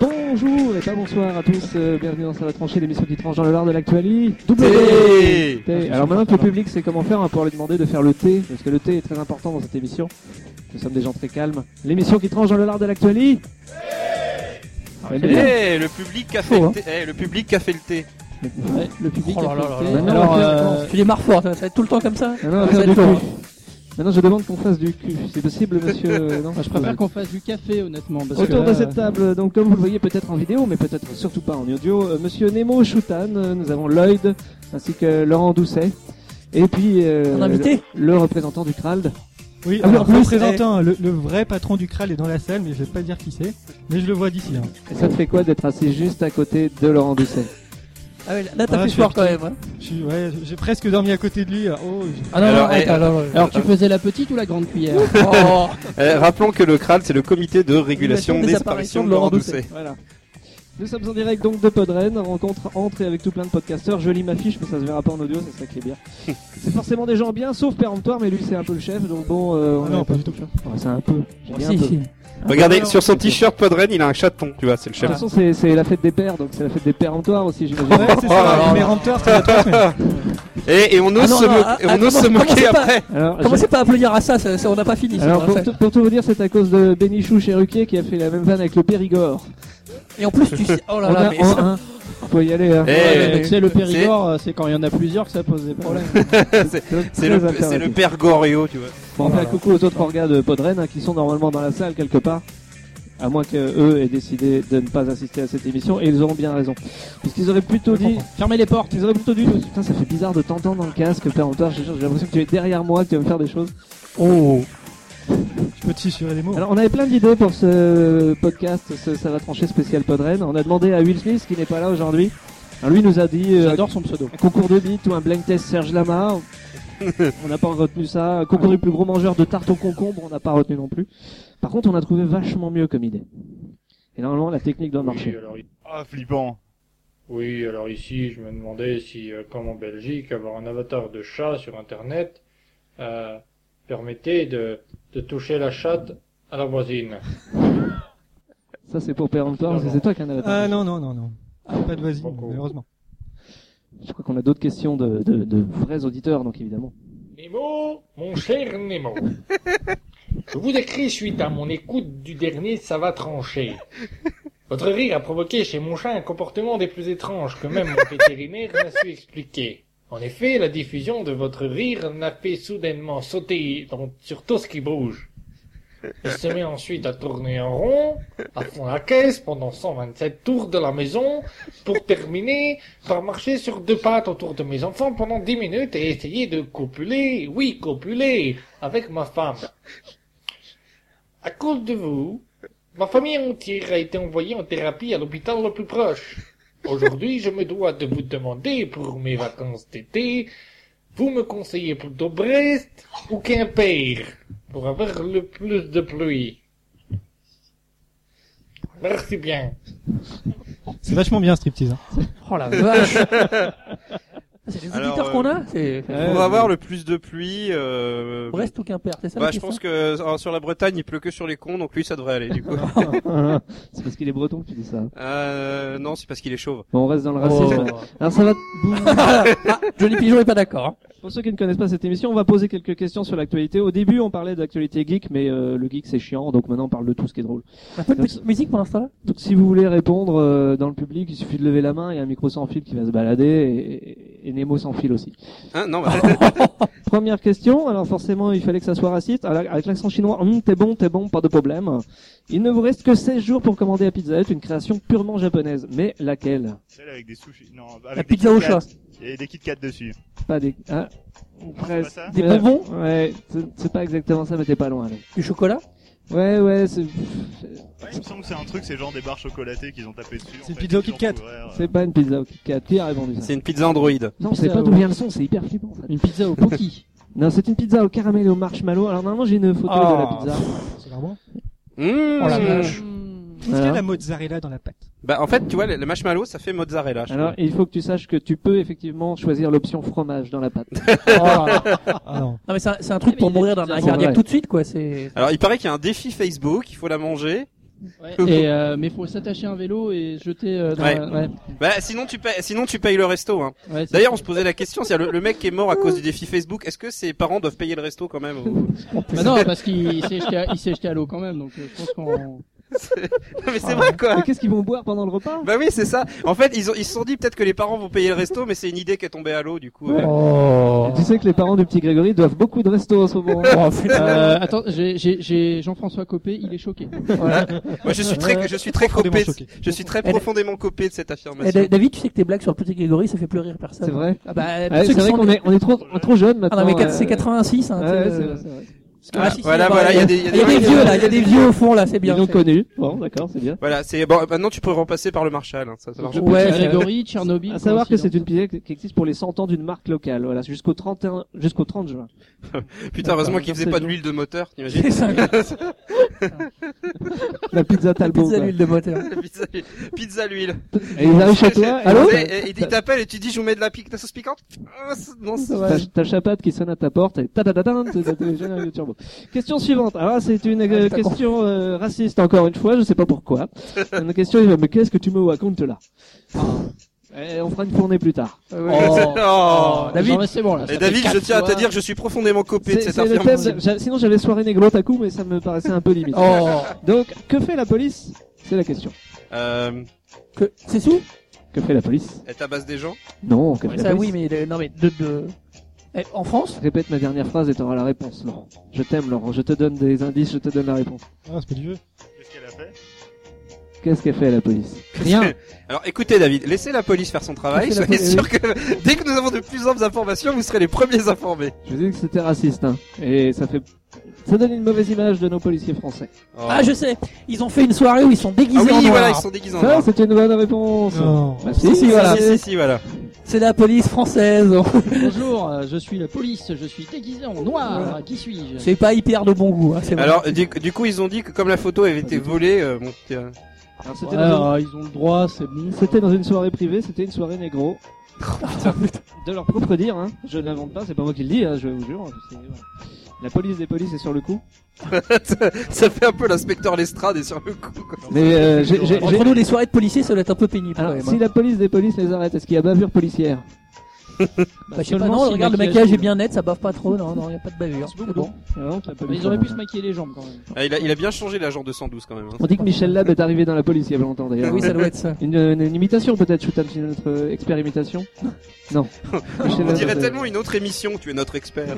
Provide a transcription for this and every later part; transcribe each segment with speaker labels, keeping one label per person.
Speaker 1: bonjour et pas bonsoir à tous, euh, bienvenue dans Salle à tranchée, l'émission qui tranche dans le lard de l'actualité. Double
Speaker 2: Hey
Speaker 1: Thé. Alors maintenant que le public sait comment faire, on va pouvoir lui demander de faire le thé, parce que le thé est très important dans cette émission. Nous sommes des gens très calmes. L'émission qui tranche dans le lard de l'actualité. Ouais,
Speaker 2: Eh,
Speaker 1: bien.
Speaker 2: le public a
Speaker 1: Chaud,
Speaker 2: fait
Speaker 1: hein.
Speaker 2: le thé. Eh, le public a fait le thé.
Speaker 1: Ouais, le public
Speaker 3: Oh
Speaker 1: a
Speaker 3: là là
Speaker 1: fait
Speaker 3: là
Speaker 1: le
Speaker 3: là.
Speaker 1: thé.
Speaker 3: Alors,
Speaker 1: Maintenant,
Speaker 3: euh, tu démarres fort, ça va être tout le temps comme ça.
Speaker 1: on va
Speaker 3: ça
Speaker 1: faire
Speaker 3: va
Speaker 1: du
Speaker 3: être fort.
Speaker 1: cul. Maintenant, je demande qu'on fasse du cul. C'est possible, monsieur euh, non
Speaker 4: Moi, Ah, je préfère qu'on fasse du café, honnêtement. Parce
Speaker 1: Autour
Speaker 4: que là,
Speaker 1: de cette table, euh, donc comme vous le voyez peut-être en vidéo, mais peut-être surtout pas en audio, euh, Monsieur Nemo Choutan, euh, nous avons Lloyd, ainsi que Laurent Doucet, et puis euh,
Speaker 3: Ton invité
Speaker 1: le, le représentant du CRALD.
Speaker 5: Oui,
Speaker 1: Ah,
Speaker 5: alors
Speaker 1: oui, en
Speaker 5: le
Speaker 1: plus,
Speaker 5: représentant, le, le vrai patron du Kral est dans la salle, mais je vais pas dire qui c'est, mais je le vois d'ici. hein.
Speaker 1: Et ça te fait quoi d'être assis juste à côté de Laurent Doucet
Speaker 3: Ah ouais, là, t'as
Speaker 5: Ah,
Speaker 3: fait
Speaker 5: je suis
Speaker 3: fort quand
Speaker 5: petit.
Speaker 3: même. hein.
Speaker 5: Je suis- ouais, j'ai presque dormi à côté de lui. Oh, je-
Speaker 4: Ah non,
Speaker 2: Alors,
Speaker 4: non, attends,
Speaker 2: eh,
Speaker 4: alors, alors, tu
Speaker 2: euh,
Speaker 4: faisais la petite ou la grande cuillère
Speaker 3: Oh,
Speaker 2: Eh, rappelons que le CRAL, c'est le comité de régulation
Speaker 3: Régulation
Speaker 2: des
Speaker 3: des
Speaker 2: apparitions
Speaker 3: apparitions
Speaker 2: de Laurent
Speaker 3: de Laurent
Speaker 2: Doucet.
Speaker 1: Voilà. Nous sommes en direct donc de Podren, rencontre entre et avec tout plein de podcasteurs. Je lis ma fiche, mais ça se verra pas en audio, c'est ça qui est bien. c'est forcément des gens bien, sauf Péremptoire, mais lui c'est un peu le chef, donc bon. euh, on
Speaker 5: Ah non,
Speaker 1: est-
Speaker 5: pas du tout.
Speaker 1: Ouais, c'est un peu. J'ai dit un
Speaker 3: oh, si,
Speaker 1: peu.
Speaker 3: si.
Speaker 2: Regardez,
Speaker 3: Ah,
Speaker 5: alors,
Speaker 2: sur son t-shirt Podren, il a un chaton, tu vois, c'est le
Speaker 1: De
Speaker 2: chef.
Speaker 1: toute façon, c'est c'est la fête des pères, donc c'est la fête des péremptoires aussi, j'imagine.
Speaker 5: Ouais, c'est
Speaker 2: Oh là
Speaker 5: ça,
Speaker 2: là
Speaker 5: mais
Speaker 2: là.
Speaker 5: Rampteur, c'est la trois semaines.
Speaker 2: Et, et on ose
Speaker 3: Ah non,
Speaker 2: se,
Speaker 3: non,
Speaker 2: mo-
Speaker 3: ah,
Speaker 2: et on
Speaker 3: ah,
Speaker 2: ose
Speaker 3: comment-
Speaker 2: se moquer
Speaker 3: comment c'est
Speaker 2: après.
Speaker 1: Alors, je-
Speaker 3: Commencez pas à applaudir à ça, ça, ça, on n'a pas fini. c'est
Speaker 1: Ah, alors,
Speaker 3: pas
Speaker 1: pour,
Speaker 3: fait.
Speaker 1: tout, pour tout vous dire, c'est à cause de Bénichou Cheruquier qui a fait la même vanne avec le Périgord.
Speaker 3: Et en plus, tu sais. Oh là
Speaker 1: On
Speaker 3: là,
Speaker 1: a
Speaker 3: mais
Speaker 1: un,
Speaker 3: ça-
Speaker 1: un. Faut y aller. Hein.
Speaker 2: Ah, Eh,
Speaker 4: Ouais, mais
Speaker 3: eh,
Speaker 4: Tu sais, le
Speaker 3: c'est-
Speaker 4: Périgord, euh, c'est quand il y en a plusieurs que ça pose des problèmes.
Speaker 2: C'est le, c'est le père Goriot, tu vois.
Speaker 1: Bon, on fait un coucou aux autres orgas de Podren hein, qui sont normalement dans la salle quelque part. À moins que eux aient décidé de ne pas assister à cette émission, et ils auront bien raison. Puisqu'ils auraient plutôt dit.
Speaker 4: Fermez les portes.
Speaker 1: Ils auraient plutôt dit. Putain, ça fait bizarre de t'entendre dans le casque, péremptoire. je te jure, J'ai l'impression que tu es derrière moi, que tu vas me faire des choses.
Speaker 5: Oh. Je peux te susurrer des mots.
Speaker 1: Alors on avait plein d'idées pour ce podcast, ce ça va trancher spécial Podren. On a demandé à Will Smith qui n'est pas là aujourd'hui. Alors lui nous a dit euh,
Speaker 4: J'adore son pseudo.
Speaker 1: un concours de bite ou un blank test Serge Lama. on n'a pas retenu ça. Un concours du plus gros mangeur de tarte aux concombres, on n'a pas retenu non plus. Par contre, on a trouvé vachement mieux comme idée. Et normalement, la technique doit
Speaker 6: Oui,
Speaker 1: marcher.
Speaker 6: alors, i-
Speaker 2: Ah, flippant.
Speaker 6: oui, alors ici, je me demandais si, euh, comme en Belgique, avoir un avatar de chat sur Internet euh, permettait de, de toucher la chatte à la voisine.
Speaker 1: Ça, c'est pour péremptoire, parce que c'est toi qui en as la
Speaker 5: Ah
Speaker 1: tarte.
Speaker 5: non, non, non, non. Ah, Pas de voisine,
Speaker 6: Beaucoup.
Speaker 5: malheureusement.
Speaker 1: Je crois qu'on a d'autres questions de, de, de vrais auditeurs, donc évidemment.
Speaker 6: Nemo, mon cher Nemo, je vous écris suite à mon écoute du dernier Ça va trancher. Votre rire a provoqué chez mon chat un comportement des plus étranges que même mon vétérinaire n'a su expliquer. En effet, la diffusion de votre rire l'a fait soudainement sauter dans- sur tout ce qui bouge. Il se met ensuite à tourner en rond, à fond la caisse pendant 127 tours de la maison, pour terminer par marcher sur deux pattes autour de mes enfants pendant dix minutes et essayer de copuler, oui, copuler, avec ma femme. À cause de vous, ma famille entière a été envoyée en thérapie à l'hôpital le plus proche. Aujourd'hui, je me dois de vous demander pour mes vacances d'été, vous me conseillez plutôt Brest ou Quimper pour avoir le plus de pluie. Merci bien.
Speaker 5: C'est vachement bien, striptease. hein.
Speaker 3: Oh la vache. C'est les
Speaker 2: Alors, euh,
Speaker 3: auditeurs qu'on a C'est
Speaker 2: On va avoir le plus de pluie. euh,
Speaker 3: Brest ou Quimper, c'est ça
Speaker 2: bah,
Speaker 3: la
Speaker 2: je
Speaker 3: question
Speaker 2: pense que euh, sur la Bretagne, il pleut que sur les cons, donc lui, ça devrait aller, du coup.
Speaker 1: c'est parce qu'il est breton que tu dis ça.
Speaker 2: euh, non, c'est parce qu'il est chauve.
Speaker 1: Bon, on reste dans le
Speaker 3: Oh.
Speaker 1: racisme. Alors ça va.
Speaker 3: Ah, Johnny Pigeon est pas d'accord. hein.
Speaker 1: Pour ceux qui ne connaissent pas cette émission, on va poser quelques questions sur l'actualité. Au début, on parlait d'actualité geek, mais euh, le geek c'est chiant, donc maintenant on parle de tout ce qui est drôle.
Speaker 3: On a pas de petite musique pour l'instant là
Speaker 1: Donc si vous voulez répondre euh, dans le public, il suffit de lever la main, il y a un micro sans fil qui va se balader et, et Nemo sans fil aussi.
Speaker 2: Hein, non, bah,
Speaker 1: Première question, alors forcément il fallait que ça soit raciste, Alors, avec l'accent chinois, Hum, t'es bon, t'es bon, pas de problème. Il ne vous reste que 16 jours pour commander à Pizza Hut, une création purement japonaise, mais laquelle
Speaker 7: Celle avec des sushis. Non, avec
Speaker 3: La
Speaker 7: des
Speaker 3: pizza au
Speaker 7: Kit Kats.
Speaker 3: chat.
Speaker 7: Et des Kit Kats dessus.
Speaker 1: Pas des... Ah,
Speaker 7: C'est
Speaker 1: presque.
Speaker 7: pas ça
Speaker 3: Des
Speaker 1: Ouais.
Speaker 3: bonbons
Speaker 1: Ouais, c'est- c'est pas exactement ça, mais t'es pas loin. allez.
Speaker 3: Du chocolat
Speaker 1: Ouais, ouais, c'est...
Speaker 7: Ouais, Il me semble que c'est un truc, c'est genre des barres chocolatées qu'ils ont tapé dessus. en
Speaker 5: C'est
Speaker 7: fait,
Speaker 5: pizza au
Speaker 7: qu'ils ont
Speaker 5: Kit Kat.
Speaker 7: couvert, euh.
Speaker 1: C'est pas une pizza au Kit Kat. Qui a répondu ça
Speaker 2: c'est une pizza Android.
Speaker 1: Non, on sait
Speaker 4: Pizza
Speaker 1: pas
Speaker 4: au-
Speaker 1: d'où vient le son, c'est hyper flippant. ça.
Speaker 4: Une pizza au cookie.
Speaker 1: Non, c'est une pizza au caramel et au marshmallow. Alors normalement, j'ai une photo de la
Speaker 3: Ah.
Speaker 1: pizza.
Speaker 5: C'est vraiment.
Speaker 2: Mmh.
Speaker 3: Oh la vache.
Speaker 5: Est-ce qu'il y a de la mozzarella dans la pâte
Speaker 2: Bah, en fait, tu vois, le le marshmallow, ça fait mozzarella. je
Speaker 1: Alors, il faut que tu saches que tu peux effectivement choisir l'option fromage dans la pâte.
Speaker 3: Oh là là.
Speaker 5: Ah non.
Speaker 3: Non mais c'est un, c'est un truc pour mourir d'un arrêt
Speaker 1: C'est vrai.
Speaker 3: cardiaque tout de suite quoi. C'est
Speaker 2: Alors, il paraît qu'il y a un défi Facebook, il faut la manger.
Speaker 4: Ouais, et, euh, mais faut s'attacher à un vélo et se jeter euh, dans
Speaker 2: Ouais.
Speaker 4: la- ouais,
Speaker 2: Bah, sinon tu payes, sinon tu payes le resto. Hein.
Speaker 4: ouais, c'est-
Speaker 2: D'ailleurs, on se posait la question, c'est le, le mec qui est mort à cause du défi Facebook, est-ce que ses parents doivent payer le resto quand même ou-
Speaker 4: Bah non, parce qu'il s'est jeté, à- il s'est jeté à l'eau quand même, donc euh, je pense qu'on.
Speaker 2: Non, Mais c'est vrai quoi.
Speaker 1: Ah, Mais qu'est-ce qu'ils vont boire pendant le repas
Speaker 2: Bah oui, c'est ça. En fait, ils ont, ils se sont dit peut-être que les parents vont payer le resto, mais c'est une idée qui est tombée à l'eau du coup. euh.
Speaker 3: Oh.
Speaker 1: Tu sais que les parents du petit Grégory doivent beaucoup de restos en ce moment.
Speaker 3: Oh, putain.
Speaker 4: Euh, attends, j'ai- j'ai j'ai Jean-François Copé, il est choqué.
Speaker 2: Moi, je suis très, je suis très
Speaker 5: Profondément
Speaker 2: copé.
Speaker 5: choqué.
Speaker 2: Je suis très
Speaker 3: Elle-
Speaker 2: profondément copé de cette
Speaker 3: Eh,
Speaker 2: affirmation.
Speaker 3: Da- David, tu sais que tes blagues sur le petit Grégory, ça fait plus rire personne.
Speaker 1: C'est vrai.
Speaker 3: Ah bah,
Speaker 1: Ouais,
Speaker 3: ceux
Speaker 1: c'est
Speaker 3: qui
Speaker 1: vrai
Speaker 3: sont-
Speaker 1: qu'on est, on est trop, on est trop jeune
Speaker 3: Ah
Speaker 1: maintenant.
Speaker 3: non, mais quatre-
Speaker 1: euh,
Speaker 3: c'est 86, hein.
Speaker 1: ouais,
Speaker 3: tu sais,
Speaker 1: ouais,
Speaker 3: euh,
Speaker 1: c'est vrai.
Speaker 3: ah, si, si,
Speaker 2: Voilà,
Speaker 3: bah,
Speaker 2: voilà, il y a des- il y a
Speaker 3: il y a
Speaker 2: des-
Speaker 3: des vieux, là, il y a des vieux au fond, là, c'est
Speaker 1: Ils
Speaker 3: bien.
Speaker 1: l'ont
Speaker 3: c'est-
Speaker 1: connu. Bon, d'accord, c'est bien.
Speaker 2: Voilà, c'est bon. Maintenant, tu peux repasser par le Marshall. hein, ça, ça marche.
Speaker 3: Ouais, c'est-
Speaker 4: Grégory, Tchernobyl.
Speaker 1: À savoir que c'est
Speaker 4: coïncidence.
Speaker 1: une pizza qui existe pour les 100 ans d'une marque locale. Voilà, jusqu'au 31, jusqu'au 30 juin.
Speaker 2: Putain, heureusement
Speaker 1: D'accord,
Speaker 2: qu'il faisait
Speaker 1: c'est
Speaker 2: pas de
Speaker 1: bon.
Speaker 2: l'huile de moteur, t'imagines
Speaker 3: C'est ça, la
Speaker 1: La pizza Talbot.
Speaker 3: pizza
Speaker 1: quoi.
Speaker 3: d'huile de hein. moteur.
Speaker 2: Pizza, l'huile. Pizza l'huile.
Speaker 1: Et ils arrivent chez toi. et
Speaker 3: Allô
Speaker 1: t'as-
Speaker 2: Et- et- et Il t'appelle et tu dis je vous mets de la, pique, de la sauce piquante. Ah, c'est- Non, c'est-
Speaker 1: T'as ta chapate qui sonne à ta porte et tadadadin, t'as- t'as- t'as- générique de turbo. Question suivante. Alors là, c'est une euh,
Speaker 3: Ah, d'accord.
Speaker 1: question euh, raciste encore une fois, je sais pas pourquoi. Une question, il va, mais qu'est-ce que tu me racontes là Eh, On fera une fournée plus tard.
Speaker 3: Oh.
Speaker 2: Oh.
Speaker 3: David.
Speaker 4: Non, mais c'est bon là. ça
Speaker 2: Et
Speaker 4: fait
Speaker 2: David, je
Speaker 4: quatre
Speaker 2: tiens à
Speaker 4: fois.
Speaker 2: te dire, je suis profondément copé de
Speaker 1: C'est
Speaker 2: cette
Speaker 1: c'est le thème,
Speaker 2: affirmation.
Speaker 1: de- j'a- sinon j'avais soirée négrote à coup, mais ça me paraissait un peu limite.
Speaker 3: Oh.
Speaker 1: Donc, que fait la police C'est la question.
Speaker 2: Euh,
Speaker 3: Que- C'est sous
Speaker 1: Que fait la police
Speaker 2: elle tabasse des gens.
Speaker 1: Non, que fait la
Speaker 3: Ça,
Speaker 1: police
Speaker 3: oui, mais, le- non, mais de, de... Eh, en France?
Speaker 1: Répète ma dernière phrase et t'auras la réponse, Laurent. Je t'aime, Laurent. Je te donne des indices, je te donne la réponse.
Speaker 5: Ah, c'est pas du jeu.
Speaker 7: Qu'est-ce qu'elle a fait
Speaker 1: Qu'est-ce qu'a fait la police
Speaker 4: Rien.
Speaker 2: Alors écoutez David, laissez la police faire son travail.
Speaker 1: Laissez la
Speaker 2: Soyez
Speaker 1: police-
Speaker 2: sûr que dès que nous avons de plus amples informations, vous serez les premiers informés.
Speaker 1: Je vous ai dit que c'était raciste, hein. Et ça fait, ça donne une mauvaise image de nos policiers français.
Speaker 2: Oh.
Speaker 3: Ah, je sais. Ils ont fait une soirée où ils sont déguisés
Speaker 2: Ah
Speaker 3: en
Speaker 2: oui,
Speaker 3: noir.
Speaker 2: voilà, ils sont déguisés en
Speaker 1: Ça,
Speaker 2: noir.
Speaker 1: c'est une bonne réponse.
Speaker 5: Non.
Speaker 1: Bah,
Speaker 3: Si, si, voilà.
Speaker 2: Si, si, si, voilà.
Speaker 3: C'est la police française.
Speaker 4: Bonjour, euh, je suis la police, je suis déguisé en noir. Qui suis-je
Speaker 3: C'est pas hyper de bon goût, hein, c'est vrai.
Speaker 2: Alors, du, du coup, ils ont dit que comme la photo avait été volée, euh, bon, c'est, euh,
Speaker 1: Alors,
Speaker 4: Ouais,
Speaker 1: c'était dans
Speaker 4: euh, Ils ont le droit, c'est bon.
Speaker 1: une- c'était dans une soirée privée, c'était une soirée négro. De leur propre dire, hein. Je ne l'invente pas, c'est pas moi qui le dis, hein, je vous jure. C'est- voilà. La police des polices est sur le coup.
Speaker 2: ça fait un peu l'inspecteur Lestrade et sur le coup. quoi.
Speaker 1: Mais euh, j'ai- j'ai- j'ai-
Speaker 3: Entre nous, les soirées de policiers, ça doit être un peu pénible
Speaker 1: Alors,
Speaker 3: quand même.
Speaker 1: si
Speaker 3: hein.
Speaker 1: la police des polices les arrête, est-ce qu'il y a bavure policière
Speaker 3: Bah, je sais pas, non, regarde, le maquillage est bien net, ça bave pas trop, non, non, y a pas de bavure. C'est bon.
Speaker 1: Il y a vraiment que la police,
Speaker 4: Mais ils auraient pu se
Speaker 1: hein.
Speaker 4: maquiller les jambes quand même.
Speaker 2: Ah, il, a, il a bien changé l'agent 212 quand même. hein.
Speaker 1: On dit que Michel Lab est arrivé dans la police il y a pas longtemps d'ailleurs.
Speaker 3: Ah Oui, ça doit être ça.
Speaker 1: Une, une- une imitation peut-être, Shootam, c'est notre euh, expert imitation Non. Michel
Speaker 2: On
Speaker 1: Lab,
Speaker 2: dirait
Speaker 1: euh,
Speaker 2: tellement une autre émission, tu es notre expert.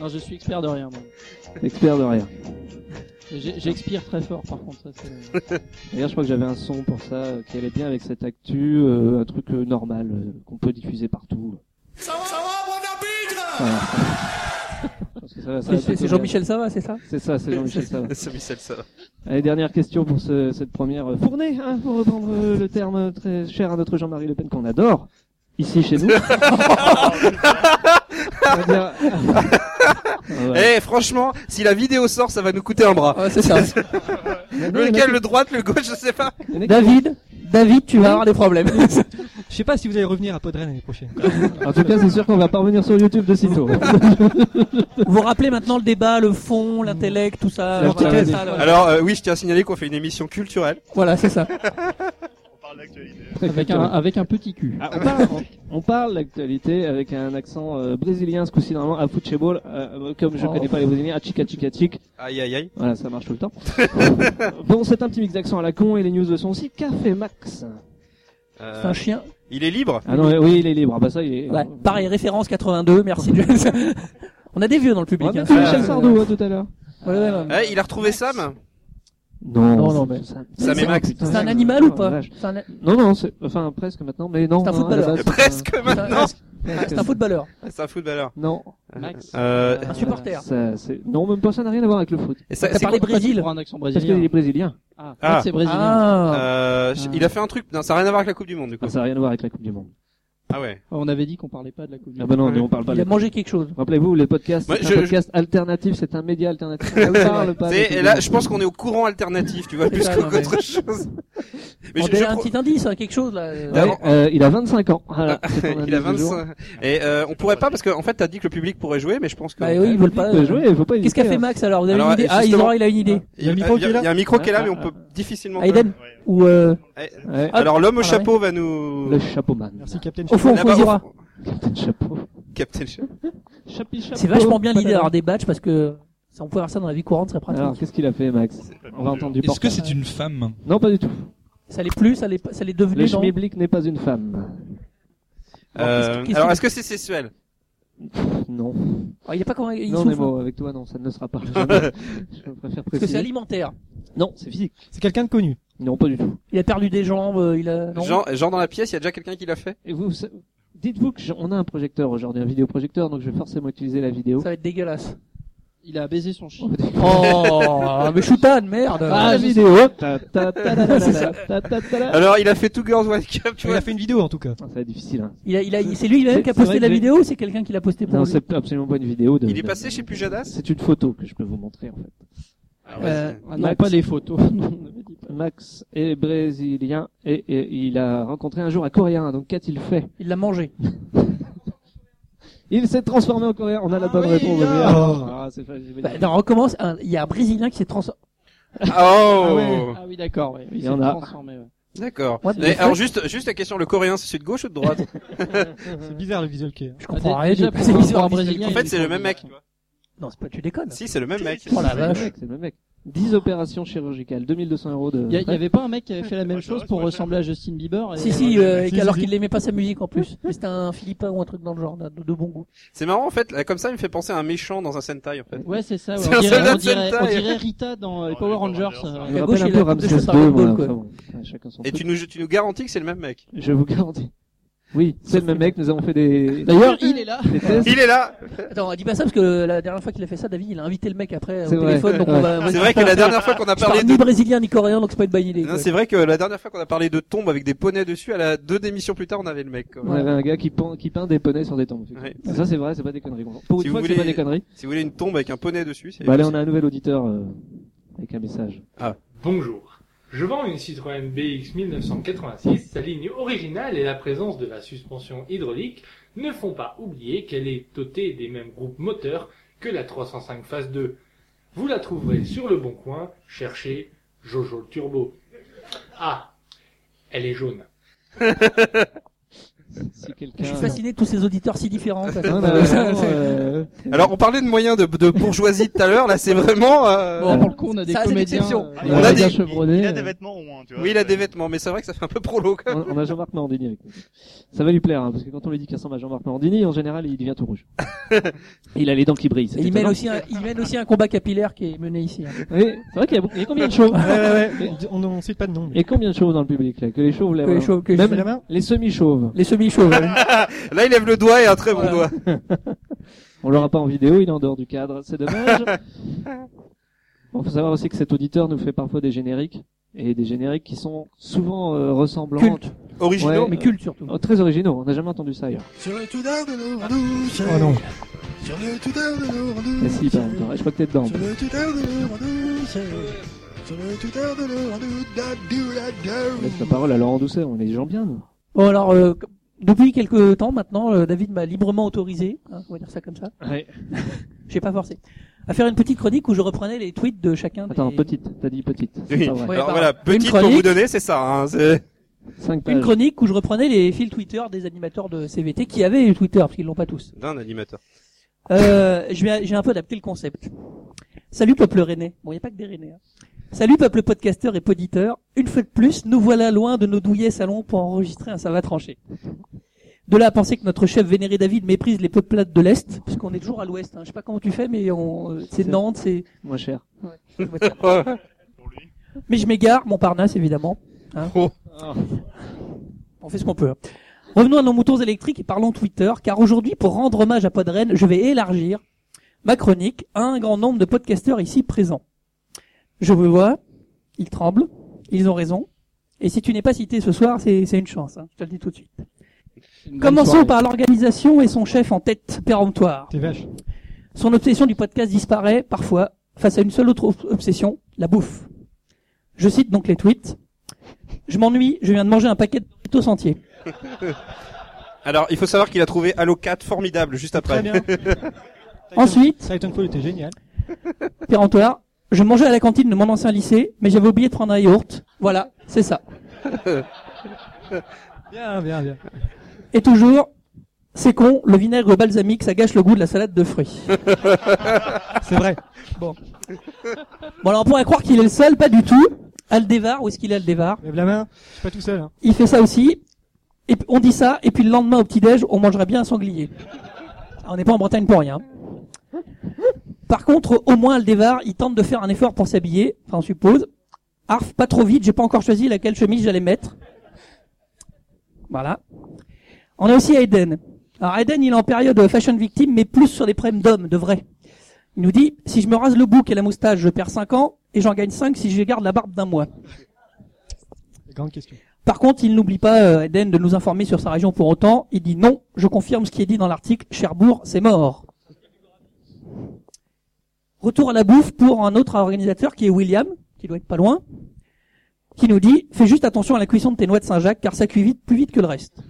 Speaker 4: Non, je suis expert de rien. moi.
Speaker 1: Expert de rien.
Speaker 4: J'ai- J'expire très fort par contre. Ça, c'est-
Speaker 1: D'ailleurs, je crois que j'avais un son pour ça euh, qui allait bien avec cette actu, euh, un truc euh, normal euh, qu'on peut diffuser partout. Voilà. Je pense que ça va, ça va
Speaker 3: C'est- c'est-
Speaker 1: plutôt
Speaker 3: C'est
Speaker 1: bien.
Speaker 3: Jean-Michel Sava, c'est ça
Speaker 1: C'est ça, c'est Jean-Michel Savas.
Speaker 2: C'est Michel Savas.
Speaker 1: Allez, dernière question pour ce- cette première euh, fournée, hein, pour reprendre euh, le terme très cher à notre Jean-Marie Le Pen qu'on adore, ici chez nous. On va dire-
Speaker 2: Eh,
Speaker 1: Ouais.
Speaker 2: franchement, si la vidéo sort, ça va nous coûter un bras.
Speaker 3: Ah Ouais, C'est ça.
Speaker 2: Lequel, le droite, le gauche, je sais pas.
Speaker 3: David, David, tu vas avoir des problèmes.
Speaker 5: Je sais pas si vous allez revenir à Podren l'année prochaine.
Speaker 1: En tout cas, c'est sûr qu'on va pas revenir sur YouTube de sitôt.
Speaker 3: Vous vous rappelez maintenant le débat, le fond, l'intellect, tout ça.
Speaker 1: La
Speaker 3: voilà,
Speaker 1: antithèse.
Speaker 3: ça, là.
Speaker 2: Alors, euh, oui, je tiens à signaler qu'on fait une émission culturelle.
Speaker 3: Voilà, c'est ça.
Speaker 7: On parle d'actualité.
Speaker 4: avec, un, avec un petit cul.
Speaker 1: Ah, on parle, on- on parle l'actualité avec un accent euh, brésilien, ce coup-ci normalement à football, euh, comme je
Speaker 3: Oh.
Speaker 1: connais pas les brésiliens, à chica chica chic.
Speaker 2: Aïe, aïe, aïe.
Speaker 1: Voilà, ça marche tout le temps. bon, c'est un petit mix d'accent à la con et les news de son site. Café Max.
Speaker 3: C'est un
Speaker 2: Euh,
Speaker 3: chien.
Speaker 2: il est libre.
Speaker 1: Ah non, oui, il est libre. Ah bah ça, il est.
Speaker 3: Ouais, pareil, référence 82, merci. On a des vieux dans le public.
Speaker 1: On a
Speaker 3: hein.
Speaker 1: fait
Speaker 2: Euh,
Speaker 1: Michel Sardou hein, tout à l'heure.
Speaker 3: Ouais, ouais, ouais.
Speaker 2: Eh, il a retrouvé Sam.
Speaker 1: Non,
Speaker 3: Non, non, mais-
Speaker 1: ça,
Speaker 2: Sam et Max.
Speaker 1: putain,
Speaker 3: C'est un
Speaker 1: ça-
Speaker 3: animal ou
Speaker 1: oh,
Speaker 3: pas
Speaker 1: vache.
Speaker 3: C'est un,
Speaker 1: Non, non, c'est enfin presque maintenant, mais non.
Speaker 3: C'est un
Speaker 1: non, à la
Speaker 3: footballeur. Ah,
Speaker 1: base, c'est un-
Speaker 2: Presque maintenant.
Speaker 3: c'est un footballeur,
Speaker 2: C'est un footballeur.
Speaker 1: Non,
Speaker 4: Max.
Speaker 2: Euh,
Speaker 3: un supporter.
Speaker 1: ça, c'est- non, même pas ça n'a rien à voir avec le foot.
Speaker 2: et ça,
Speaker 3: T'as
Speaker 2: c'est
Speaker 3: parlé Brésil.
Speaker 4: Pour un accent
Speaker 1: Parce qu'il
Speaker 4: brésilien.
Speaker 1: est brésilien.
Speaker 4: Ah,
Speaker 2: Ah.
Speaker 4: Max est brésilien.
Speaker 3: Ah.
Speaker 2: Euh, je- Il a fait un truc, non, ça n'a rien à voir avec la Coupe du Monde du coup.
Speaker 1: Ah, ça n'a rien à voir avec la Coupe du Monde.
Speaker 2: Ah ouais.
Speaker 4: On avait dit qu'on parlait pas de la commune.
Speaker 1: Ah bah non, on parle pas
Speaker 3: Il a
Speaker 1: de
Speaker 3: mangé quelque chose.
Speaker 1: Rappelez-vous, les podcasts,
Speaker 2: Ouais,
Speaker 1: c'est
Speaker 2: je-
Speaker 1: un
Speaker 2: je-
Speaker 1: podcast alternatif, c'est un média alternatif. On ne parle pas.
Speaker 2: C'est-
Speaker 1: de-
Speaker 2: et là, je pense qu'on est au courant alternatif, tu vois, plus
Speaker 3: ça, non,
Speaker 2: qu'autre
Speaker 3: mais-
Speaker 2: chose. Mais
Speaker 3: On
Speaker 2: je- je
Speaker 3: dirait un
Speaker 2: pro-
Speaker 3: petit indice, hein, quelque chose là.
Speaker 1: Ouais, euh, il a 25 ans. Voilà, c'est ton
Speaker 2: Ah, Il a
Speaker 1: indice du jour.
Speaker 2: 25. Et euh, on pourrait pas parce que en fait, t'as dit que le public pourrait jouer, mais je pense que.
Speaker 3: Bah oui, ils veulent pas.
Speaker 1: Il peut jouer, il faut pas
Speaker 3: Qu'est-ce qu'a
Speaker 1: hésiter,
Speaker 3: fait
Speaker 1: hein.
Speaker 3: Max euh, alors Vous avez
Speaker 2: Alors,
Speaker 3: une idée Ah,
Speaker 2: justement-
Speaker 3: Isra, il a une idée.
Speaker 2: Il y a
Speaker 5: le micro
Speaker 2: Euh, il y a-
Speaker 5: qui est là
Speaker 2: il y a un micro qui est là,
Speaker 1: Ah,
Speaker 2: mais on
Speaker 1: ah,
Speaker 2: peut difficilement.
Speaker 3: Aiden
Speaker 7: Ouais.
Speaker 3: ou euh,
Speaker 1: hein. Ouais,
Speaker 3: Ah,
Speaker 2: Alors l'homme au
Speaker 3: ah, ouais.
Speaker 2: chapeau va nous.
Speaker 1: Le chapeau man.
Speaker 5: Merci Captain
Speaker 3: au fond, on
Speaker 2: Là-bas,
Speaker 3: choisira.
Speaker 2: au-
Speaker 1: Captain Chapeau.
Speaker 2: Captain Chapeau.
Speaker 1: Chapi chapeau.
Speaker 3: C'est vachement bien l'idée d'avoir des badges parce que ça, on peut avoir ça dans la vie courante, c'est pratique.
Speaker 1: Alors, qu'est-ce qu'il a fait, Max
Speaker 7: C'est pas
Speaker 1: On va
Speaker 7: perdu,
Speaker 1: entendre du
Speaker 8: Est-ce que
Speaker 1: portable.
Speaker 8: c'est une femme
Speaker 1: Non, pas du tout.
Speaker 3: Ça l'est plus, ça l'est pas- ça l'est
Speaker 1: Le
Speaker 3: devenu. non
Speaker 1: Schmiblik n'est pas une femme.
Speaker 2: Euh,
Speaker 3: qu'est-ce qu'il-
Speaker 2: alors est-ce que c'est sexuel
Speaker 1: Non.
Speaker 3: Ah, il a pas convaincu. Il
Speaker 1: non, mais
Speaker 3: souffle.
Speaker 1: bon, avec toi, non, ça ne le sera pas. Jamais. je préfère
Speaker 3: Parce que c'est
Speaker 1: préciser.
Speaker 3: alimentaire.
Speaker 1: Non, c'est physique.
Speaker 5: C'est quelqu'un de connu.
Speaker 1: Non, pas du tout.
Speaker 3: Il a perdu des jambes, euh, il a. non
Speaker 2: Genre, genre dans la pièce, il y a déjà quelqu'un qui l'a fait
Speaker 1: Et vous, sa- dites-vous que j'- on a un projecteur aujourd'hui, un vidéoprojecteur, donc je vais forcément utiliser la vidéo.
Speaker 3: Ça va être dégueulasse.
Speaker 4: Il a baisé son chien.
Speaker 3: Oh, mais Shoutan, merde.
Speaker 1: Ah,
Speaker 4: je
Speaker 1: vidéo Ta, ta, ta, la, la, la, la, ta, ta, ta, la.
Speaker 2: Alors il a fait Two Girls One Cup, tu
Speaker 5: Il
Speaker 2: vois.
Speaker 5: a fait une vidéo en tout cas.
Speaker 1: Ah, Ça va être difficile. Hein.
Speaker 3: Il a, il a, il- c'est lui même
Speaker 1: C'est-
Speaker 3: qui a
Speaker 1: c'est
Speaker 3: posté
Speaker 1: vrai
Speaker 3: la
Speaker 1: que j'ai-
Speaker 3: vidéo ou c'est quelqu'un qui l'a posté pour
Speaker 1: Non,
Speaker 3: lui
Speaker 1: c'est absolument pas une vidéo. De,
Speaker 2: Il est
Speaker 1: de-
Speaker 2: passé chez Pujadas
Speaker 1: C'est une photo que je peux vous montrer en fait.
Speaker 2: Ah
Speaker 4: Euh,
Speaker 2: ouais,
Speaker 4: ah non,
Speaker 1: Max.
Speaker 4: pas les photos. Non, on avait dit pas.
Speaker 1: Max est brésilien et, et il a rencontré un jour un coréen. Donc qu'a-t-il fait
Speaker 3: Il l'a mangé.
Speaker 1: Il s'est transformé en coréen. On a la bonne réponse.
Speaker 5: ah.
Speaker 1: Ah, c'est facile.
Speaker 3: Bah, non, on recommence. un- Il y a un Brésilien qui s'est transformé.
Speaker 2: c'est-
Speaker 4: Ah,
Speaker 2: Oh
Speaker 4: ouais. Ah oui, d'accord. Ouais.
Speaker 1: Il
Speaker 4: Il
Speaker 1: y
Speaker 4: s'est
Speaker 1: en a.
Speaker 4: transformé. Ouais.
Speaker 2: D'accord.
Speaker 3: What the
Speaker 2: Mais
Speaker 3: fuck
Speaker 2: Alors juste, juste la question, le coréen c'est celui de gauche ou de droite
Speaker 5: C'est bizarre le visual kei.
Speaker 3: Je comprends
Speaker 4: Ah,
Speaker 3: rien.
Speaker 4: déjà,
Speaker 3: j'ai
Speaker 4: pour
Speaker 3: passé
Speaker 4: un
Speaker 3: dix heures à
Speaker 4: Brésilien,
Speaker 3: Brésilien.
Speaker 2: En
Speaker 4: il
Speaker 2: fait,
Speaker 4: est
Speaker 2: c'est le
Speaker 4: connu.
Speaker 2: même mec.
Speaker 3: Non, c'est pas, tu déconnes.
Speaker 2: Si, c'est le même mec.
Speaker 3: Oh la
Speaker 1: C'est le
Speaker 3: vache.
Speaker 1: mec, c'est le mec. 10 opérations chirurgicales, 2200 euros de.
Speaker 4: Il y, a- il y avait pas un mec qui avait fait la même
Speaker 7: Ouais,
Speaker 4: chose
Speaker 7: ça
Speaker 4: pour
Speaker 7: reste
Speaker 4: ressembler à Justin Bieber. et-
Speaker 3: Si, si, euh,
Speaker 5: Si, si,
Speaker 3: alors
Speaker 5: si.
Speaker 3: qu'il n'aimait pas sa musique en plus. Mais C'était un Philippin ou un truc dans le genre, de, de bon goût.
Speaker 2: C'est marrant en fait, là, comme ça il me fait penser à un méchant dans un Sentai en fait.
Speaker 4: euh, Ouais, c'est ça. ouais.
Speaker 2: C'est
Speaker 4: On,
Speaker 2: un
Speaker 4: dirait,
Speaker 2: soldat
Speaker 4: on,
Speaker 2: de
Speaker 4: dirait,
Speaker 2: Sentai.
Speaker 4: on dirait Rita dans euh, les Power Rangers.
Speaker 1: Je
Speaker 7: Ah,
Speaker 4: euh,
Speaker 1: me
Speaker 3: À
Speaker 1: rappelle
Speaker 3: gauche,
Speaker 1: un
Speaker 3: il
Speaker 1: peu
Speaker 3: a plus de
Speaker 1: Ramsès
Speaker 3: choses à
Speaker 1: II,
Speaker 3: Dragon
Speaker 1: moi.
Speaker 3: Ball, quoi.
Speaker 1: enfin bon. Ouais, chacun son
Speaker 2: Et
Speaker 1: truc.
Speaker 2: tu nous, tu nous garantis que c'est le même mec
Speaker 1: Je vous garantis. Oui, c'est le même mec. Nous avons fait des.
Speaker 4: D'ailleurs, il est là.
Speaker 1: des tests.
Speaker 2: Il est là
Speaker 3: Attends, dis pas ça parce que la dernière fois qu'il a fait ça, David, il a invité le mec après au
Speaker 1: C'est vrai.
Speaker 3: téléphone. Donc on va. on va-
Speaker 2: C'est vrai que la dernière fois qu'on a
Speaker 3: Je parle
Speaker 2: parlé de
Speaker 3: ni brésilien ni coréen, donc c'est pas une bonne idée.
Speaker 2: Non,
Speaker 3: quoi.
Speaker 2: c'est vrai que la dernière fois qu'on a parlé de tombe avec des poneys dessus, à la deux démissions plus tard, on avait le mec. quand même.
Speaker 1: On avait un gars qui peint, qui peint des poneys sur des tombes. effectivement.
Speaker 2: Ouais.
Speaker 1: Ça, c'est vrai, c'est pas des conneries. Pour une
Speaker 2: Si vous
Speaker 1: fois que c'est pas
Speaker 2: voulez-
Speaker 1: des conneries.
Speaker 2: Si vous voulez une tombe avec un poney dessus, c'est.
Speaker 1: Bah, allez, on a un nouvel auditeur euh, avec un message.
Speaker 6: Bonjour. Je vends une Citroën BX 1986. Sa ligne originale et la présence de la suspension hydraulique ne font pas oublier qu'elle est dotée des mêmes groupes moteurs que la 305 Phase 2. Vous la trouverez sur le bon coin. Cherchez Jojo le Turbo. Ah, elle est jaune.
Speaker 1: Si
Speaker 3: Je suis
Speaker 1: quelqu'un.
Speaker 3: fasciné de tous ces auditeurs si différents. quoi.
Speaker 1: Non, non, vraiment, euh,
Speaker 2: Alors, on parlait de moyens de, de bourgeoisie tout à l'heure. Là, c'est vraiment. euh,
Speaker 4: Bon, pour le coup, on a des
Speaker 3: Ça, c'est
Speaker 4: comédiens.
Speaker 3: l'exception.
Speaker 4: euh,
Speaker 7: Ah,
Speaker 1: On a
Speaker 7: il-
Speaker 1: des-
Speaker 7: il-
Speaker 1: chevronnés,
Speaker 7: Il a
Speaker 1: euh.
Speaker 7: des vêtements au moins, tu vois.
Speaker 2: Oui, il a des vêtements, mais c'est vrai que ça fait un peu prolo. Quand même.
Speaker 1: on, on a Jean-Marc Morandini avec nous. Ça va lui plaire, hein, parce que quand on lui dit qu'il ressemble à Jean-Marc Morandini, en général, il devient tout rouge. Et il a les dents qui brillent. c'est
Speaker 3: Et il mène
Speaker 1: étonnant.
Speaker 3: aussi, un, il mène aussi un combat capillaire qui est mené ici. hein.
Speaker 1: Oui, c'est vrai qu'il y a, beaucoup- il y a combien de chauves
Speaker 5: Ouais, ouais, ouais. On, on cite pas de nom. mais-
Speaker 1: Et combien de chauves dans le public là Que les chauves, là,
Speaker 3: Que les
Speaker 1: Bah, voilà.
Speaker 3: chauves- que les
Speaker 1: Même
Speaker 5: chauves. la main
Speaker 1: les semi-chauves.
Speaker 3: Les hein, semi-chauves. ouais.
Speaker 2: Là, il lève le doigt et un très bon
Speaker 3: Voilà.
Speaker 2: doigt.
Speaker 1: On l'aura pas en vidéo, il est en dehors du cadre. C'est dommage. bon, faut savoir aussi que cet auditeur nous fait parfois des génériques et des génériques qui sont souvent euh, ressemblants,
Speaker 3: Culte.
Speaker 2: Originaux.
Speaker 1: Ouais.
Speaker 3: Mais culte surtout.
Speaker 1: Oh, très originaux. On n'a jamais entendu ça ailleurs.
Speaker 5: Oh non.
Speaker 1: Mais si, pas encore. Je crois que t'es dedans. On laisse la parole à Laurent Doucet. On est des gens bien, nous.
Speaker 3: Bon alors, euh, depuis quelques temps maintenant, euh, David m'a librement autorisé, hein, on va dire ça comme ça,
Speaker 1: Ouais.
Speaker 3: j'ai pas forcé, à faire une petite chronique où je reprenais les tweets de chacun. des-
Speaker 1: Attends, petite. T'as dit petite. C'est
Speaker 2: Oui.
Speaker 1: pas vrai.
Speaker 3: Ouais,
Speaker 2: Alors
Speaker 3: pardon.
Speaker 2: voilà,
Speaker 3: Une
Speaker 2: petite pour
Speaker 3: chronique.
Speaker 2: vous donner, c'est ça. Hein, c'est-
Speaker 1: Cinq
Speaker 3: Une
Speaker 1: pages.
Speaker 3: chronique où je reprenais les fils Twitter des animateurs de CVT qui avaient Twitter, parce qu'ils l'ont pas tous.
Speaker 2: D'un animateur.
Speaker 3: Euh, je vais- j'ai un peu adapté le concept. Salut peuple rennais. Bon, il n'y a pas que des rennais. hein. Salut peuple podcasteur et poditeur. Une fois de plus, nous voilà loin de nos douillets salons pour enregistrer un ça va trancher. De là à penser que notre chef vénéré David méprise les peuplades de l'Est, puisqu'on est toujours à l'Ouest. Hein. Je sais pas comment tu fais, mais on, euh, c'est
Speaker 1: C'est-
Speaker 3: Nantes, c'est...
Speaker 1: Moins cher.
Speaker 7: Pour lui.
Speaker 3: Mais je m'égare, Montparnasse évidemment. hein.
Speaker 2: Oh.
Speaker 3: On fait ce qu'on peut. hein. Revenons à nos moutons électriques et parlons Twitter, car aujourd'hui, pour rendre hommage à Podren, je vais élargir ma chronique à un grand nombre de podcasteurs ici présents. Je vous vois, ils tremblent, ils ont raison, et si tu n'es pas cité ce soir, c'est c'est une chance, hein, je te le dis tout de suite.
Speaker 4: Une bonne
Speaker 3: Commençons
Speaker 4: soirée.
Speaker 3: par l'organisation et son chef en tête péremptoire.
Speaker 5: T'es vache.
Speaker 3: Son obsession du podcast disparaît parfois face à une seule autre ob- obsession, la bouffe. Je cite donc les tweets. Je m'ennuie, je viens de manger un paquet de Doritos entier.
Speaker 2: Alors, il faut savoir qu'il a trouvé Halo 4 formidable juste
Speaker 5: Très
Speaker 2: après.
Speaker 5: bien. Titan-
Speaker 3: Ensuite,
Speaker 5: Titanfall était génial.
Speaker 3: péremptoire, je mangeais à la cantine de mon ancien lycée, mais j'avais oublié de prendre un yaourt. Voilà, c'est ça.
Speaker 5: Bien, bien, bien.
Speaker 3: Et toujours, c'est con, le vinaigre balsamique, ça gâche le goût de la salade de fruits.
Speaker 5: C'est vrai.
Speaker 3: Bon, alors on pourrait croire qu'il est le seul, pas du tout. Aldevar, où est-ce qu'il est Aldevar
Speaker 5: Lève la main. Je suis pas tout seul. Hein.
Speaker 3: Il fait ça aussi. Et p- on dit ça, et puis le lendemain au petit-déj, on mangerait bien un sanglier. Alors, on n'est pas en Bretagne pour rien. Par contre, au moins Aldevar, il tente de faire un effort pour s'habiller, enfin on suppose. Arf, pas trop vite, j'ai pas encore choisi laquelle chemise j'allais mettre. Voilà. On a aussi Aiden. Alors Aiden, il est en période euh, fashion victime, mais plus sur des problèmes d'hommes, de vrai. Il nous dit, si je me rase le bouc et la moustache, je perds 5 ans, et j'en gagne 5 si je garde la barbe d'un mois.
Speaker 5: Grande question.
Speaker 3: Par contre, il n'oublie pas, euh, Eden, de nous informer sur sa région pour autant. Il dit non, je confirme ce qui est dit dans l'article, Cherbourg, c'est mort. Retour à la bouffe pour un autre organisateur qui est William, qui doit être pas loin, qui nous dit, fais juste attention à la cuisson de tes noix de Saint-Jacques, car ça cuit vite, plus vite que le reste.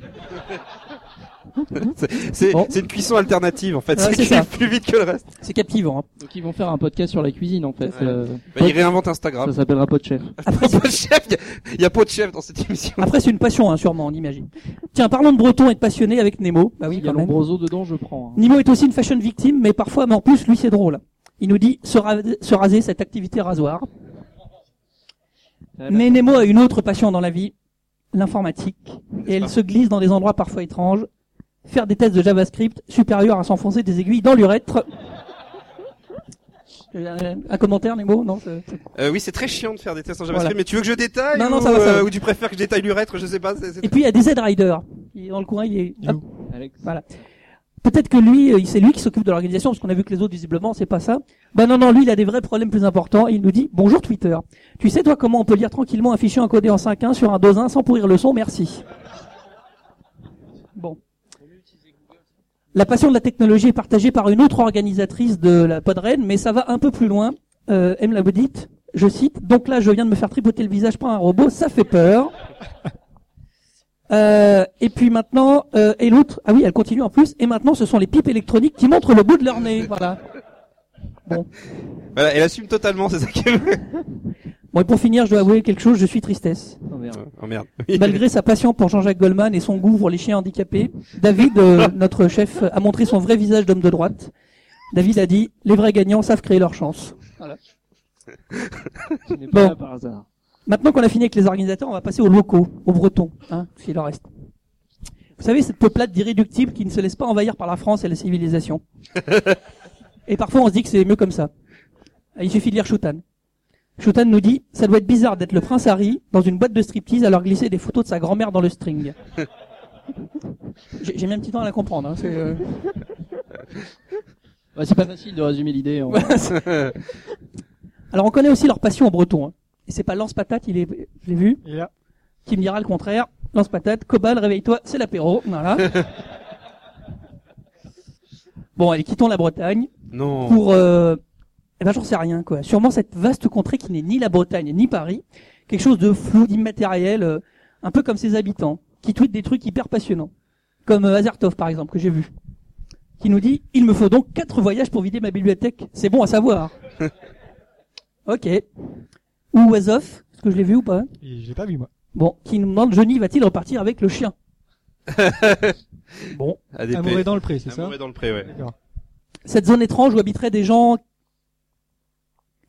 Speaker 2: C'est
Speaker 3: Bon.
Speaker 2: c'est une cuisson alternative en fait.
Speaker 3: Ouais,
Speaker 2: c'est
Speaker 3: c'est
Speaker 2: qui
Speaker 3: ça.
Speaker 2: est plus vite que le reste.
Speaker 3: C'est captivant. hein.
Speaker 4: Donc ils vont faire un podcast sur la cuisine en fait.
Speaker 2: Ouais.
Speaker 4: euh,
Speaker 2: Bah, il réinvente Instagram.
Speaker 1: Ça s'appellera pas de chef.
Speaker 3: Après, c'est-
Speaker 2: Pas de chef. Il y, a pas de chef dans cette émission.
Speaker 3: après, c'est une passion, hein, sûrement, on imagine. Tiens, parlons de breton et de passionné avec Nemo. Bah oui,
Speaker 4: S'il y a
Speaker 3: quand même.
Speaker 4: Lombroso dedans, je prends. hein.
Speaker 3: Nimo est aussi une fashion victime, mais parfois, mais en plus, lui, c'est drôle. Il nous dit se, ra- se raser cette activité rasoir.
Speaker 1: Voilà.
Speaker 3: Mais Nemo a une autre passion dans la vie, l'informatique, et
Speaker 2: pas
Speaker 3: elle se glisse dans des endroits parfois étranges. Faire des tests de JavaScript supérieurs à s'enfoncer des aiguilles dans l'urètre. Euh, Un commentaire, Nemo Non, c'est-
Speaker 2: Euh, oui, c'est très chiant de faire des tests en JavaScript.
Speaker 3: Voilà.
Speaker 2: Mais tu veux que je détaille
Speaker 3: Non, non,
Speaker 2: ou,
Speaker 3: ça va, ça va.
Speaker 2: euh, ou tu préfères que je détaille l'urètre Je sais pas. c'est- c'est-
Speaker 3: Et puis il y a des Z-Riders. Il est Dans le coin, il est.
Speaker 5: Il est
Speaker 3: hop,
Speaker 1: Alex.
Speaker 3: voilà. Peut-être que lui, euh, c'est lui qui s'occupe de l'organisation, parce qu'on a vu que les autres, visiblement, c'est pas ça. Ben non, non, lui, il a des vrais problèmes plus importants. Il nous dit Bonjour Twitter. Tu sais, toi, comment on peut lire tranquillement un fichier encodé en 5.1 sur un 2.1 sans pourrir le son Merci. Bon. La passion de la technologie est partagée par une autre organisatrice de la Podren, mais ça va un peu plus loin. Euh, M. Laboudite, je cite Donc là, je viens de me faire tripoter le visage par un robot, ça fait peur. Euh, et puis maintenant, euh, et l'autre, ah oui, elle continue en plus. Et maintenant, ce sont les pipes électroniques qui montrent le bout de leur nez. Voilà.
Speaker 2: Voilà, elle assume totalement. C'est ça qui. est-
Speaker 3: Bon, et pour finir, je dois avouer quelque chose. Je suis tristesse.
Speaker 1: Oh, merde.
Speaker 2: oh merde. Oui.
Speaker 3: Malgré sa passion pour Jean-Jacques Goldman et son goût pour les chiens handicapés, David, euh, notre chef, a montré son vrai visage d'homme de droite. David a dit :« Les vrais gagnants savent créer leur chance. »
Speaker 1: Ce n'est pas
Speaker 3: Bon.
Speaker 1: là par hasard.
Speaker 3: Maintenant qu'on a fini avec les organisateurs, on va passer aux locaux, aux Bretons, hein, s'il en reste. Vous savez, cette peuplade d'irréductibles qui ne se laisse pas envahir par la France et la civilisation. et parfois, on se dit que c'est mieux comme ça. Il suffit de lire Choutan. Choutan nous dit « Ça doit être bizarre d'être le prince Harry dans une boîte de striptease à leur glisser des photos de sa grand-mère dans le string. » J'ai j'ai mis un petit temps à la comprendre. Hein, c'est, euh,
Speaker 4: Bah, c'est pas facile de résumer l'idée. hein. en-
Speaker 3: Alors, on connaît aussi leur passion aux Bretons. hein. Et c'est pas Lance Patate, il est, je l'ai vu.
Speaker 5: Et là,
Speaker 3: qui me dira le contraire. Lance patate, Cobal, réveille-toi, c'est l'apéro. Voilà. bon, allez, quittons la Bretagne
Speaker 2: Non.
Speaker 3: pour. Euh... Eh ben, j'en sais rien, quoi. Sûrement cette vaste contrée qui n'est ni la Bretagne ni Paris, quelque chose de flou, d'immatériel, euh, un peu comme ses habitants, qui tweetent des trucs hyper passionnants, comme euh, Azertov par exemple que j'ai vu, qui nous dit il me faut donc quatre voyages pour vider ma bibliothèque. C'est bon à savoir. ok. Ou Azov, est-ce que je l'ai vu ou pas
Speaker 5: et je l'ai pas vu moi.
Speaker 3: Bon, qui nous demande Johnny va-t-il repartir avec le chien Bon,
Speaker 2: ADP.
Speaker 5: Amour est dans le pré, c'est ça
Speaker 2: Amour est dans le pré, ouais.
Speaker 5: D'accord.
Speaker 3: cette zone étrange où habiteraient des gens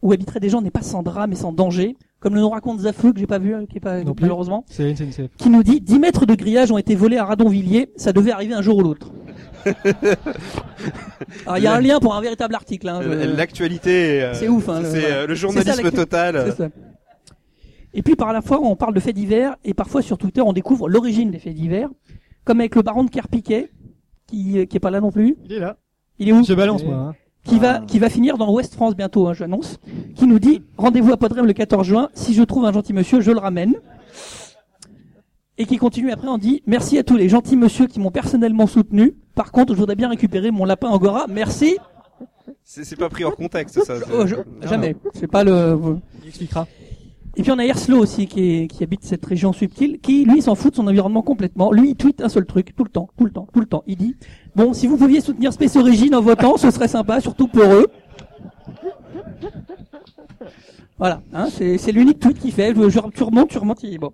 Speaker 3: où habiteraient des gens n'est pas sans drame et sans danger, comme le nous raconte Zafou que j'ai pas vu, hein, qui est pas
Speaker 5: Non plus.
Speaker 3: malheureusement,
Speaker 5: C'est la SNCF.
Speaker 3: qui nous dit 10 mètres de grillage ont été volés à Radonvilliers, ça devait arriver un jour ou l'autre. Alors il y a un lien pour un véritable article. Hein,
Speaker 2: Euh,
Speaker 3: je-
Speaker 2: L'actualité. euh,
Speaker 3: C'est ouf, hein, le-
Speaker 2: C'est
Speaker 3: voilà.
Speaker 2: euh, le
Speaker 3: C'est
Speaker 2: journalisme
Speaker 3: ça, l'actu-
Speaker 2: total. euh,
Speaker 3: C'est ça. Et puis par la fois, on parle de faits divers et parfois sur Twitter, on découvre l'origine des faits divers, comme avec le baron de Kerpiquet, qui, euh, qui est pas là non plus.
Speaker 5: Il est là.
Speaker 3: Il est où
Speaker 5: Je balance
Speaker 1: Et-
Speaker 5: moi. Hein.
Speaker 3: Qui va qui va finir dans l'Ouest France bientôt, hein, je l'annonce. Qui nous dit rendez-vous à Podrem le 14 juin. Si je trouve un gentil monsieur, je le ramène. Et qui continue après, on dit merci à tous les gentils monsieur qui m'ont personnellement soutenu. Par contre, je voudrais bien récupérer mon lapin Angora. Merci.
Speaker 2: C'est c'est pas pris hors contexte, ça. c'est-
Speaker 3: Oh, je- jamais. C'est pas le. vous-
Speaker 5: Il expliquera.
Speaker 3: Et puis on a Erslo aussi qui, est- qui habite cette région subtile, qui lui s'en fout de son environnement complètement. Lui, il tweet un seul truc tout le temps, tout le temps, tout le temps. Il dit bon, si vous pouviez soutenir Space Origin en votant, ce serait sympa, surtout pour eux. Voilà, hein, c'est c'est l'unique tweet qu'il fait. Je, je- tu remontes, tu remontes. il- Bon.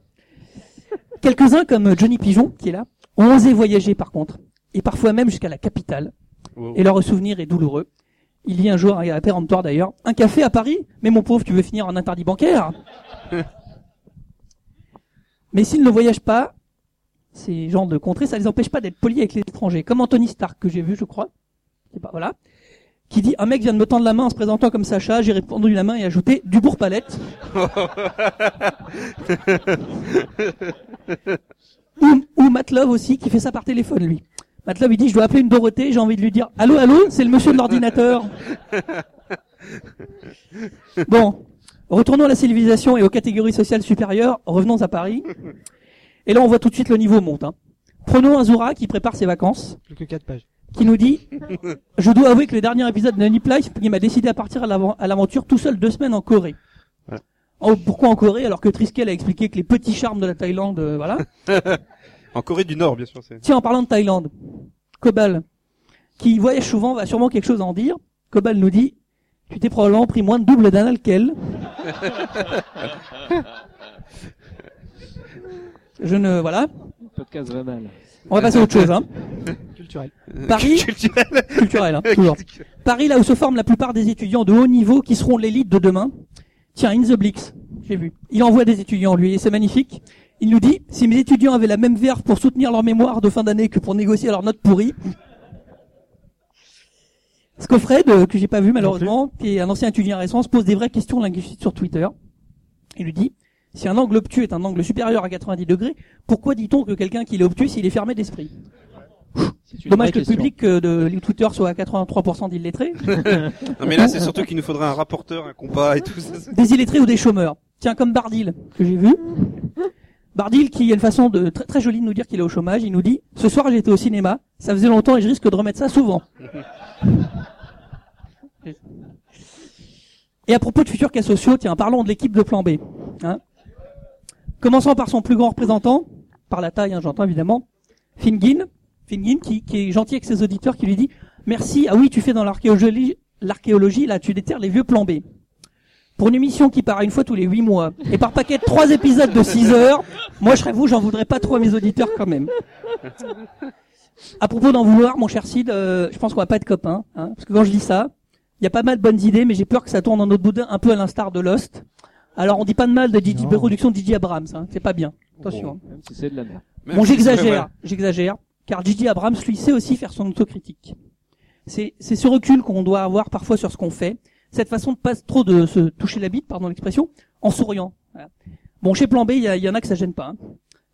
Speaker 3: Quelques-uns comme Johnny Pigeon qui est là ont osé voyager par contre, et parfois même jusqu'à la capitale.
Speaker 2: Wow.
Speaker 3: Et leur souvenir est douloureux. Il y a un jour, à péremptoire d'ailleurs, un café à Paris Mais mon pauvre, tu veux finir en interdit bancaire Mais s'ils ne voyagent pas, ces gens de contrée, ça les empêche pas d'être polis avec les étrangers. Comme Anthony Stark, que j'ai vu, je crois. Je sais pas, voilà. Qui dit, un mec vient de me tendre la main en se présentant comme Sacha, j'ai répondu la main et ajouté, du palette ou, ou Matlove aussi, qui fait ça par téléphone, lui. Matlove, il dit, je dois appeler une Dorothée, j'ai envie de lui dire, allô, allô, c'est le monsieur de l'ordinateur. bon. Retournons à la civilisation et aux catégories sociales supérieures. Revenons à Paris. Et là, on voit tout de suite le niveau monte, hein. Prenons Azura qui prépare ses vacances,
Speaker 5: Plus que 4 pages.
Speaker 3: qui nous dit, je dois avouer que le dernier épisode de Nip Life qui m'a décidé à partir à l'avent- à l'aventure tout seul deux semaines en Corée.
Speaker 7: Voilà.
Speaker 3: Oh, pourquoi en Corée alors que Triskel a expliqué que les petits charmes de la Thaïlande, euh, voilà.
Speaker 2: En Corée du Nord, bien sûr. c'est-
Speaker 3: Tiens, en parlant de Thaïlande, Kobal, qui voyage souvent, va sûrement quelque chose à en dire. Kobal nous dit, tu t'es probablement pris moins de double d'un alcool. Je ne, voilà.
Speaker 1: Le podcast va mal.
Speaker 3: On va passer à autre chose, hein.
Speaker 5: Culturel.
Speaker 3: Paris,
Speaker 2: Culturel.
Speaker 3: culturel, hein, toujours. Paris, là où se forment la plupart des étudiants de haut niveau qui seront l'élite de demain. Tiens, In the Blix, j'ai vu. Il envoie des étudiants, lui, et c'est magnifique. Il nous dit, si mes étudiants avaient la même verve pour soutenir leur mémoire de fin d'année que pour négocier leur note pourrie. Scoffred, euh, que j'ai pas vu malheureusement, qui est un ancien étudiant récent, se pose des vraies questions linguistiques sur Twitter. Il lui dit, si un angle obtus est un angle supérieur à 90 degrés, pourquoi dit-on que quelqu'un qui est obtus, il est fermé d'esprit
Speaker 4: C'est une
Speaker 3: Dommage
Speaker 4: vraie
Speaker 3: que le
Speaker 4: question.
Speaker 3: public euh, de Twitter soit à 83% d'illettrés.
Speaker 2: Non, mais là, c'est surtout qu'il nous faudrait un rapporteur, un compas et tout ça. c'est-
Speaker 3: des illettrés ou des chômeurs. Tiens, comme Bardil, que j'ai vu. Bardil, qui a une façon de très, très jolie de nous dire qu'il est au chômage, il nous dit « Ce soir, j'étais au cinéma, ça faisait longtemps et je risque de remettre ça souvent. » Et à propos de futurs cas sociaux, tiens, parlons de l'équipe de plan B. Hein Commençons par son plus grand représentant, par la taille, hein, j'entends évidemment, Fingin, Fingin qui, qui est gentil avec ses auditeurs, qui lui dit « Merci, ah oui, tu fais dans l'archéologie, l'archéologie, là, tu déterres les vieux plans B. » Pour une émission qui part une fois tous les huit mois et par paquet de trois épisodes de 6 heures, moi je serais vous, j'en voudrais pas trop à mes auditeurs quand même. À propos d'en vouloir, mon cher Sid, euh, je pense qu'on va pas être copains, hein, parce que quand je dis ça, il y a pas mal de bonnes idées, mais j'ai peur que ça tourne en autre boudin, un peu à l'instar de Lost. Alors on dit pas de mal de Didi
Speaker 5: Non.
Speaker 3: Production de Didi Abrams, hein, c'est pas bien. Attention. hein.
Speaker 1: Même si c'est de la merde.
Speaker 2: Même
Speaker 3: Bon,
Speaker 2: si- ouais,
Speaker 3: j'exagère,
Speaker 2: voilà.
Speaker 3: j'exagère, car Gigi Abrams, lui, sait aussi faire son autocritique. C'est c'est ce recul qu'on doit avoir parfois sur ce qu'on fait, cette façon de pas trop de se toucher la bite, pardon l'expression, en souriant. Voilà. Bon, chez Plan B, il y, a- il y en a que ça gêne pas. hein.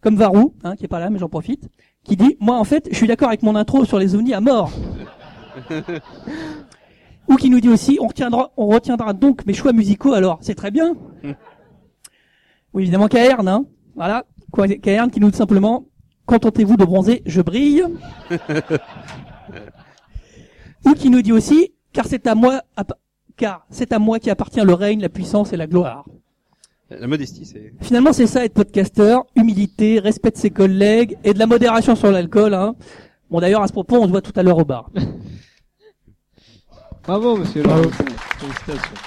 Speaker 3: Comme Varou, hein, qui est pas là, mais j'en profite, qui dit « Moi, en fait, je suis d'accord avec mon intro sur les ovnis à mort. » Ou qui nous dit aussi « On retiendra, on retiendra donc mes choix musicaux alors, c'est très bien. » Oui, évidemment, Caerne, hein. Voilà, Quoi, Caerne qui nous dit simplement Contentez-vous de bronzer, je brille. Ou qui nous dit aussi, car c'est à moi, app- car c'est à moi qui appartient le règne, la puissance et la gloire.
Speaker 2: La modestie, c'est.
Speaker 3: Finalement, c'est ça être podcasteur, humilité, respect de ses collègues et de la modération sur l'alcool. Hein. Bon, d'ailleurs, à ce propos, on se voit tout à l'heure au bar.
Speaker 1: Bravo, monsieur
Speaker 5: Bravo.
Speaker 1: Laurent. Félicitations.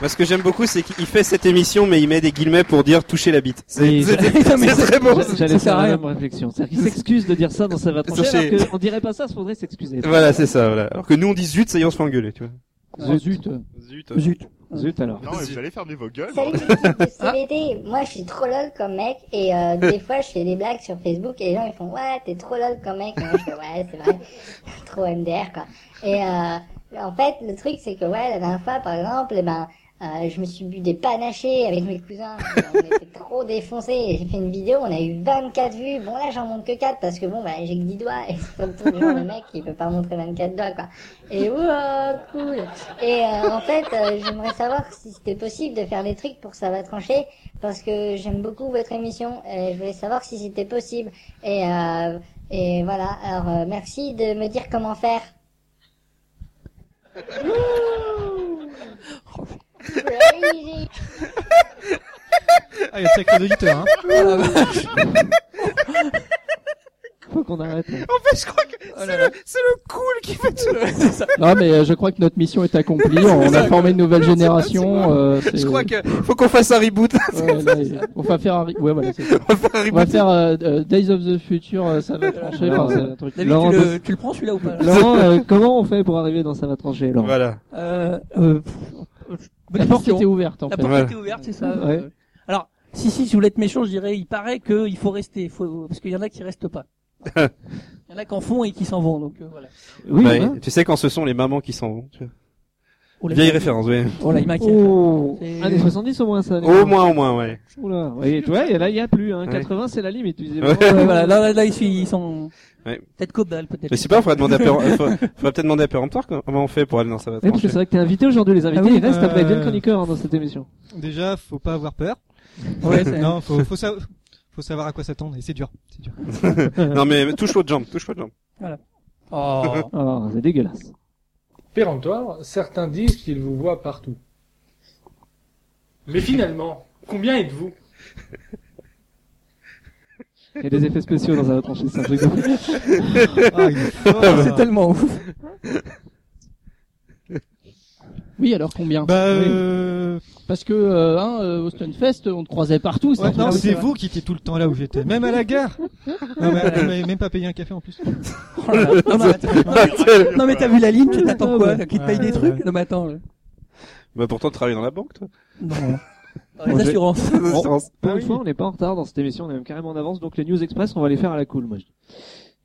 Speaker 2: Moi, ce que j'aime beaucoup, c'est qu'il fait cette émission, mais il met des guillemets pour dire toucher la bite. C'est
Speaker 1: Oui,
Speaker 2: c'est-
Speaker 1: ça-
Speaker 2: c'est
Speaker 3: Non, mais c'est-
Speaker 2: très beau.
Speaker 3: ça-
Speaker 1: J'allais
Speaker 3: sert
Speaker 1: faire
Speaker 3: à
Speaker 1: la
Speaker 3: rien.
Speaker 1: même réflexion. C'est-à-dire qu'il s'excuse de dire ça dans sa va trancher,
Speaker 2: Ça, c'est-
Speaker 1: alors qu'on dirait pas ça, il faudrait s'excuser.
Speaker 2: Voilà, c'est ça, voilà. Alors que nous, on dit zut, ça y est, on se fait engueuler, tu vois.
Speaker 1: Zut, Ah, zut, Ah.
Speaker 7: Zut.
Speaker 3: Zut.
Speaker 1: zut alors.
Speaker 7: Non, mais vous allez fermer vos gueules.
Speaker 8: Salut les petites de Solédé. Moi, je suis trop lol comme mec et euh, des fois, je fais des blagues sur Facebook et les gens ils font ouais, t'es trop lol comme mec. Et moi, je fais ouais, c'est vrai, trop MDR quoi. Et euh, en fait, le truc c'est que ouais, la dernière fois, par exemple, eh ben Euh, je me suis bu des panachés avec mes cousins. On était trop défoncés. J'ai fait une vidéo, on a eu 24 vues. Bon, là, j'en montre que 4 parce que bon, bah, j'ai que 10 doigts. Et c'est comme tout le genre, le mec, il peut pas montrer 24 doigts, quoi. Et wow, cool. Et euh, en fait, euh, j'aimerais savoir si c'était possible de faire des trucs pour ça va trancher parce que j'aime beaucoup votre émission. Et je voulais savoir si c'était possible. Et, euh, et voilà. Alors, euh, merci de me dire comment faire. Crazy.
Speaker 5: Ah, il y a de sacrés auditeurs, hein.
Speaker 1: Faut qu'on arrête. là.
Speaker 2: En fait, je crois que c'est le, c'est le cool qui fait tout.
Speaker 9: Non, mais euh, je crois que notre mission est accomplie. On a formé une nouvelle génération. euh, c'est-
Speaker 2: Je crois que faut qu'on fasse un reboot.
Speaker 9: Ouais, là, il- on va faire un... ri- ouais, voilà, c'est ça.
Speaker 2: On va faire un
Speaker 9: On va
Speaker 2: reboot.
Speaker 9: faire euh, euh, Days of the Future, euh, ça va trancher.
Speaker 1: Non,
Speaker 9: enfin,
Speaker 1: c'est
Speaker 9: ça-
Speaker 1: un truc.
Speaker 3: David,
Speaker 1: Laurent,
Speaker 3: tu, le, tu le prends celui-là ou pas là
Speaker 1: Laurent, euh, comment on fait pour arriver dans sa va trancher, Laurent
Speaker 2: Voilà.
Speaker 3: euh, euh, pff, euh, bonne
Speaker 9: La porte
Speaker 3: question.
Speaker 9: était ouverte, en
Speaker 3: La
Speaker 9: fait.
Speaker 3: porte
Speaker 2: Ouais.
Speaker 3: était ouverte, c'est ça.
Speaker 1: Ouais.
Speaker 3: euh, Alors, si si, je voulais être méchant, je dirais, il paraît qu'il faut rester, faut, parce qu'il y en a qui restent pas. Il y en a qui en font et qui s'en vont, donc euh, voilà.
Speaker 1: Oui,
Speaker 2: Bah,
Speaker 1: hein.
Speaker 2: tu sais quand ce sont les mamans qui s'en vont. tu vois.
Speaker 3: Oh là,
Speaker 2: Vieille
Speaker 3: il-
Speaker 2: référence, oui.
Speaker 3: Oh là, il m'inquiète.
Speaker 1: Oh,
Speaker 3: C'est-
Speaker 1: années 70 au moins ça.
Speaker 2: Au moins, au moins, ouais.
Speaker 1: Oula, oui, tu vois, et là il y a plus, hein.
Speaker 2: Oh. Ouais.
Speaker 1: 80 c'est la limite. Tu disais,
Speaker 2: Ouais.
Speaker 1: bon,
Speaker 3: Ouais,
Speaker 1: euh,
Speaker 3: voilà, là, là, là, ils, sont- ils sont
Speaker 2: Ouais.
Speaker 3: peut-être cobalt, peut-être.
Speaker 2: Mais c'est pas, faudrait demander à Péremptoire, peut-être demander à Péremptoire comment on fait pour aller dans sa va
Speaker 1: Oui, parce que
Speaker 2: trancher.
Speaker 1: c'est vrai que t'es invité aujourd'hui, les invités,
Speaker 5: Ah oui,
Speaker 1: ils restent après, ils
Speaker 5: euh,
Speaker 1: deviennent chroniqueurs hein, dans cette émission.
Speaker 5: Déjà, faut pas avoir peur.
Speaker 3: Ouais, c'est-
Speaker 5: Non, faut, faut, sa- faut savoir à quoi s'attendre et c'est dur. C'est dur.
Speaker 2: Non mais touche l'autre jambe, touche l'autre jambe.
Speaker 3: Oh.
Speaker 1: Oh, c'est dégueulasse.
Speaker 6: Péremptoire, certains disent qu'ils vous voient partout. Mais finalement, combien êtes-vous
Speaker 1: Il y a des effets spéciaux dans un tranchée, c'est un truc de fou.
Speaker 5: Ah, il est fort.
Speaker 3: C'est tellement ouf.
Speaker 9: Oui, alors combien
Speaker 5: Bah,
Speaker 9: Oui.
Speaker 5: euh,
Speaker 9: Parce que euh, hein, euh, au Stunfest, on te croisait partout. c'est
Speaker 5: ouais,
Speaker 9: un
Speaker 5: non,
Speaker 9: truc-
Speaker 5: c'est vous qui étiez tout le temps là où j'étais. Même à la gare. Non, mais vous m'avez même pas payé un café en plus.
Speaker 3: Oh là là. Non, mais attends. Non, mais t'as vu la ligne, t'attends quoi là, Qui te paye
Speaker 5: Ouais,
Speaker 3: des
Speaker 5: ouais.
Speaker 3: trucs Non mais attends. là.
Speaker 2: Bah pourtant tu travailles dans la banque toi.
Speaker 3: Non. Dans
Speaker 1: Bon,
Speaker 3: Les
Speaker 1: j'ai-
Speaker 3: assurances. Ah
Speaker 1: Pour une fois, on n'est pas en retard dans cette émission, on est même carrément en avance, donc les news express, on va les faire à la cool, moi. je dis.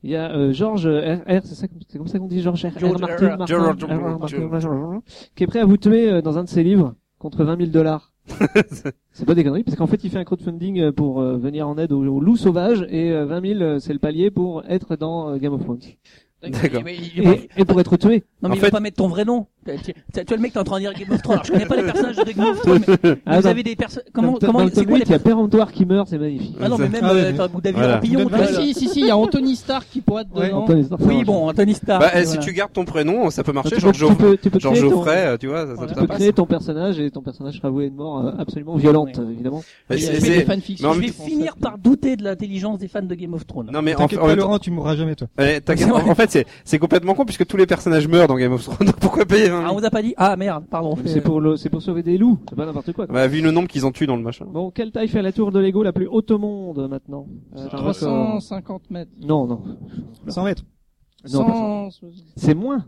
Speaker 1: Il y a euh, Georges euh, R, R, c'est ça, c'est comme ça qu'on dit Georges R, R,
Speaker 3: George
Speaker 1: Martin,
Speaker 3: R.
Speaker 1: Martin,
Speaker 2: George
Speaker 1: R,
Speaker 2: R.
Speaker 1: Martin, Martin, qui est prêt à vous tuer euh, dans un de ses livres contre 20 000 dollars. C'est pas des conneries, parce qu'en fait, il fait un crowdfunding euh, pour euh, venir en aide aux, aux loups sauvages, et euh, 20 000, euh, c'est le palier pour être dans euh, Game of Thrones.
Speaker 2: D'accord.
Speaker 3: Mais il- il-
Speaker 1: Et, et pour être tué.
Speaker 3: Non
Speaker 2: En
Speaker 3: mais il va
Speaker 2: fait-
Speaker 3: pas mettre ton vrai nom. Tu tu- tu vois le mec t'es en train de dire Game of Thrones. Alors je connais pas les personnages de Game of Thrones. Mais
Speaker 1: Ah,
Speaker 3: vous
Speaker 1: dans-
Speaker 3: avez des personnes. Comment
Speaker 1: dans, le-
Speaker 3: comment
Speaker 1: dans le
Speaker 3: c'est
Speaker 1: tome
Speaker 3: quoi
Speaker 1: 8,
Speaker 3: les
Speaker 1: il y a
Speaker 3: personnages
Speaker 1: Péremptoire qui meurt, c'est magnifique.
Speaker 3: Ah non mais même
Speaker 5: Ah ouais,
Speaker 3: euh,
Speaker 5: mais-
Speaker 3: t'as- ou David
Speaker 2: Voilà.
Speaker 3: Rampillon.
Speaker 5: Donne-moi
Speaker 9: Ah,
Speaker 3: t'as-
Speaker 5: le-
Speaker 9: si, si, si, il y a Anthony Stark qui pointe
Speaker 5: Ouais.
Speaker 9: dedans.
Speaker 1: Antoine Stark,
Speaker 3: Oui
Speaker 1: ça marche.
Speaker 3: bon Anthony Stark.
Speaker 2: Bah eh, si
Speaker 3: voilà.
Speaker 2: tu gardes ton prénom, ça peut marcher.
Speaker 1: Bah, Tu
Speaker 2: Genre,
Speaker 1: peux- tu
Speaker 2: Geoff-
Speaker 1: peux- tu peux
Speaker 2: Genre
Speaker 1: créer ton-
Speaker 2: Geoffrey, euh, tu vois, ça, ça,
Speaker 3: Voilà.
Speaker 1: Tu
Speaker 2: ça
Speaker 1: peux
Speaker 2: passe.
Speaker 1: créer ton personnage et ton personnage sera voué à une mort euh, absolument violente, euh, évidemment.
Speaker 2: Mais
Speaker 9: Il y a
Speaker 2: c'est-
Speaker 9: fait
Speaker 2: c'est-
Speaker 9: des fanfictions.
Speaker 2: mais en
Speaker 3: Je vais
Speaker 2: même
Speaker 3: finir par douter de l'intelligence des fans de Game of Thrones.
Speaker 2: Non mais en,
Speaker 5: T'inquiète
Speaker 2: en
Speaker 5: pas,
Speaker 2: même temps-
Speaker 5: Laurent, tu mourras jamais, toi.
Speaker 2: eh, t'inquiète, en- en fait c'est c'est complètement con puisque tous les personnages meurent dans Game of Thrones. donc Pourquoi payer 20
Speaker 3: Ah
Speaker 2: 000
Speaker 3: on vous a pas dit. Ah merde pardon.
Speaker 1: C'est pour le, c'est pour sauver des loups, c'est pas n'importe quoi. quoi.
Speaker 2: Bah vu le nombre qu'ils ont tué dans le machin.
Speaker 1: Bon, quelle taille fait la tour de Lego la plus haute au monde maintenant Euh, t'as un record.
Speaker 9: 350 mètres.
Speaker 1: Non, non,
Speaker 5: 100 mètres.
Speaker 1: Non, personne.
Speaker 9: 100...
Speaker 1: c'est moins.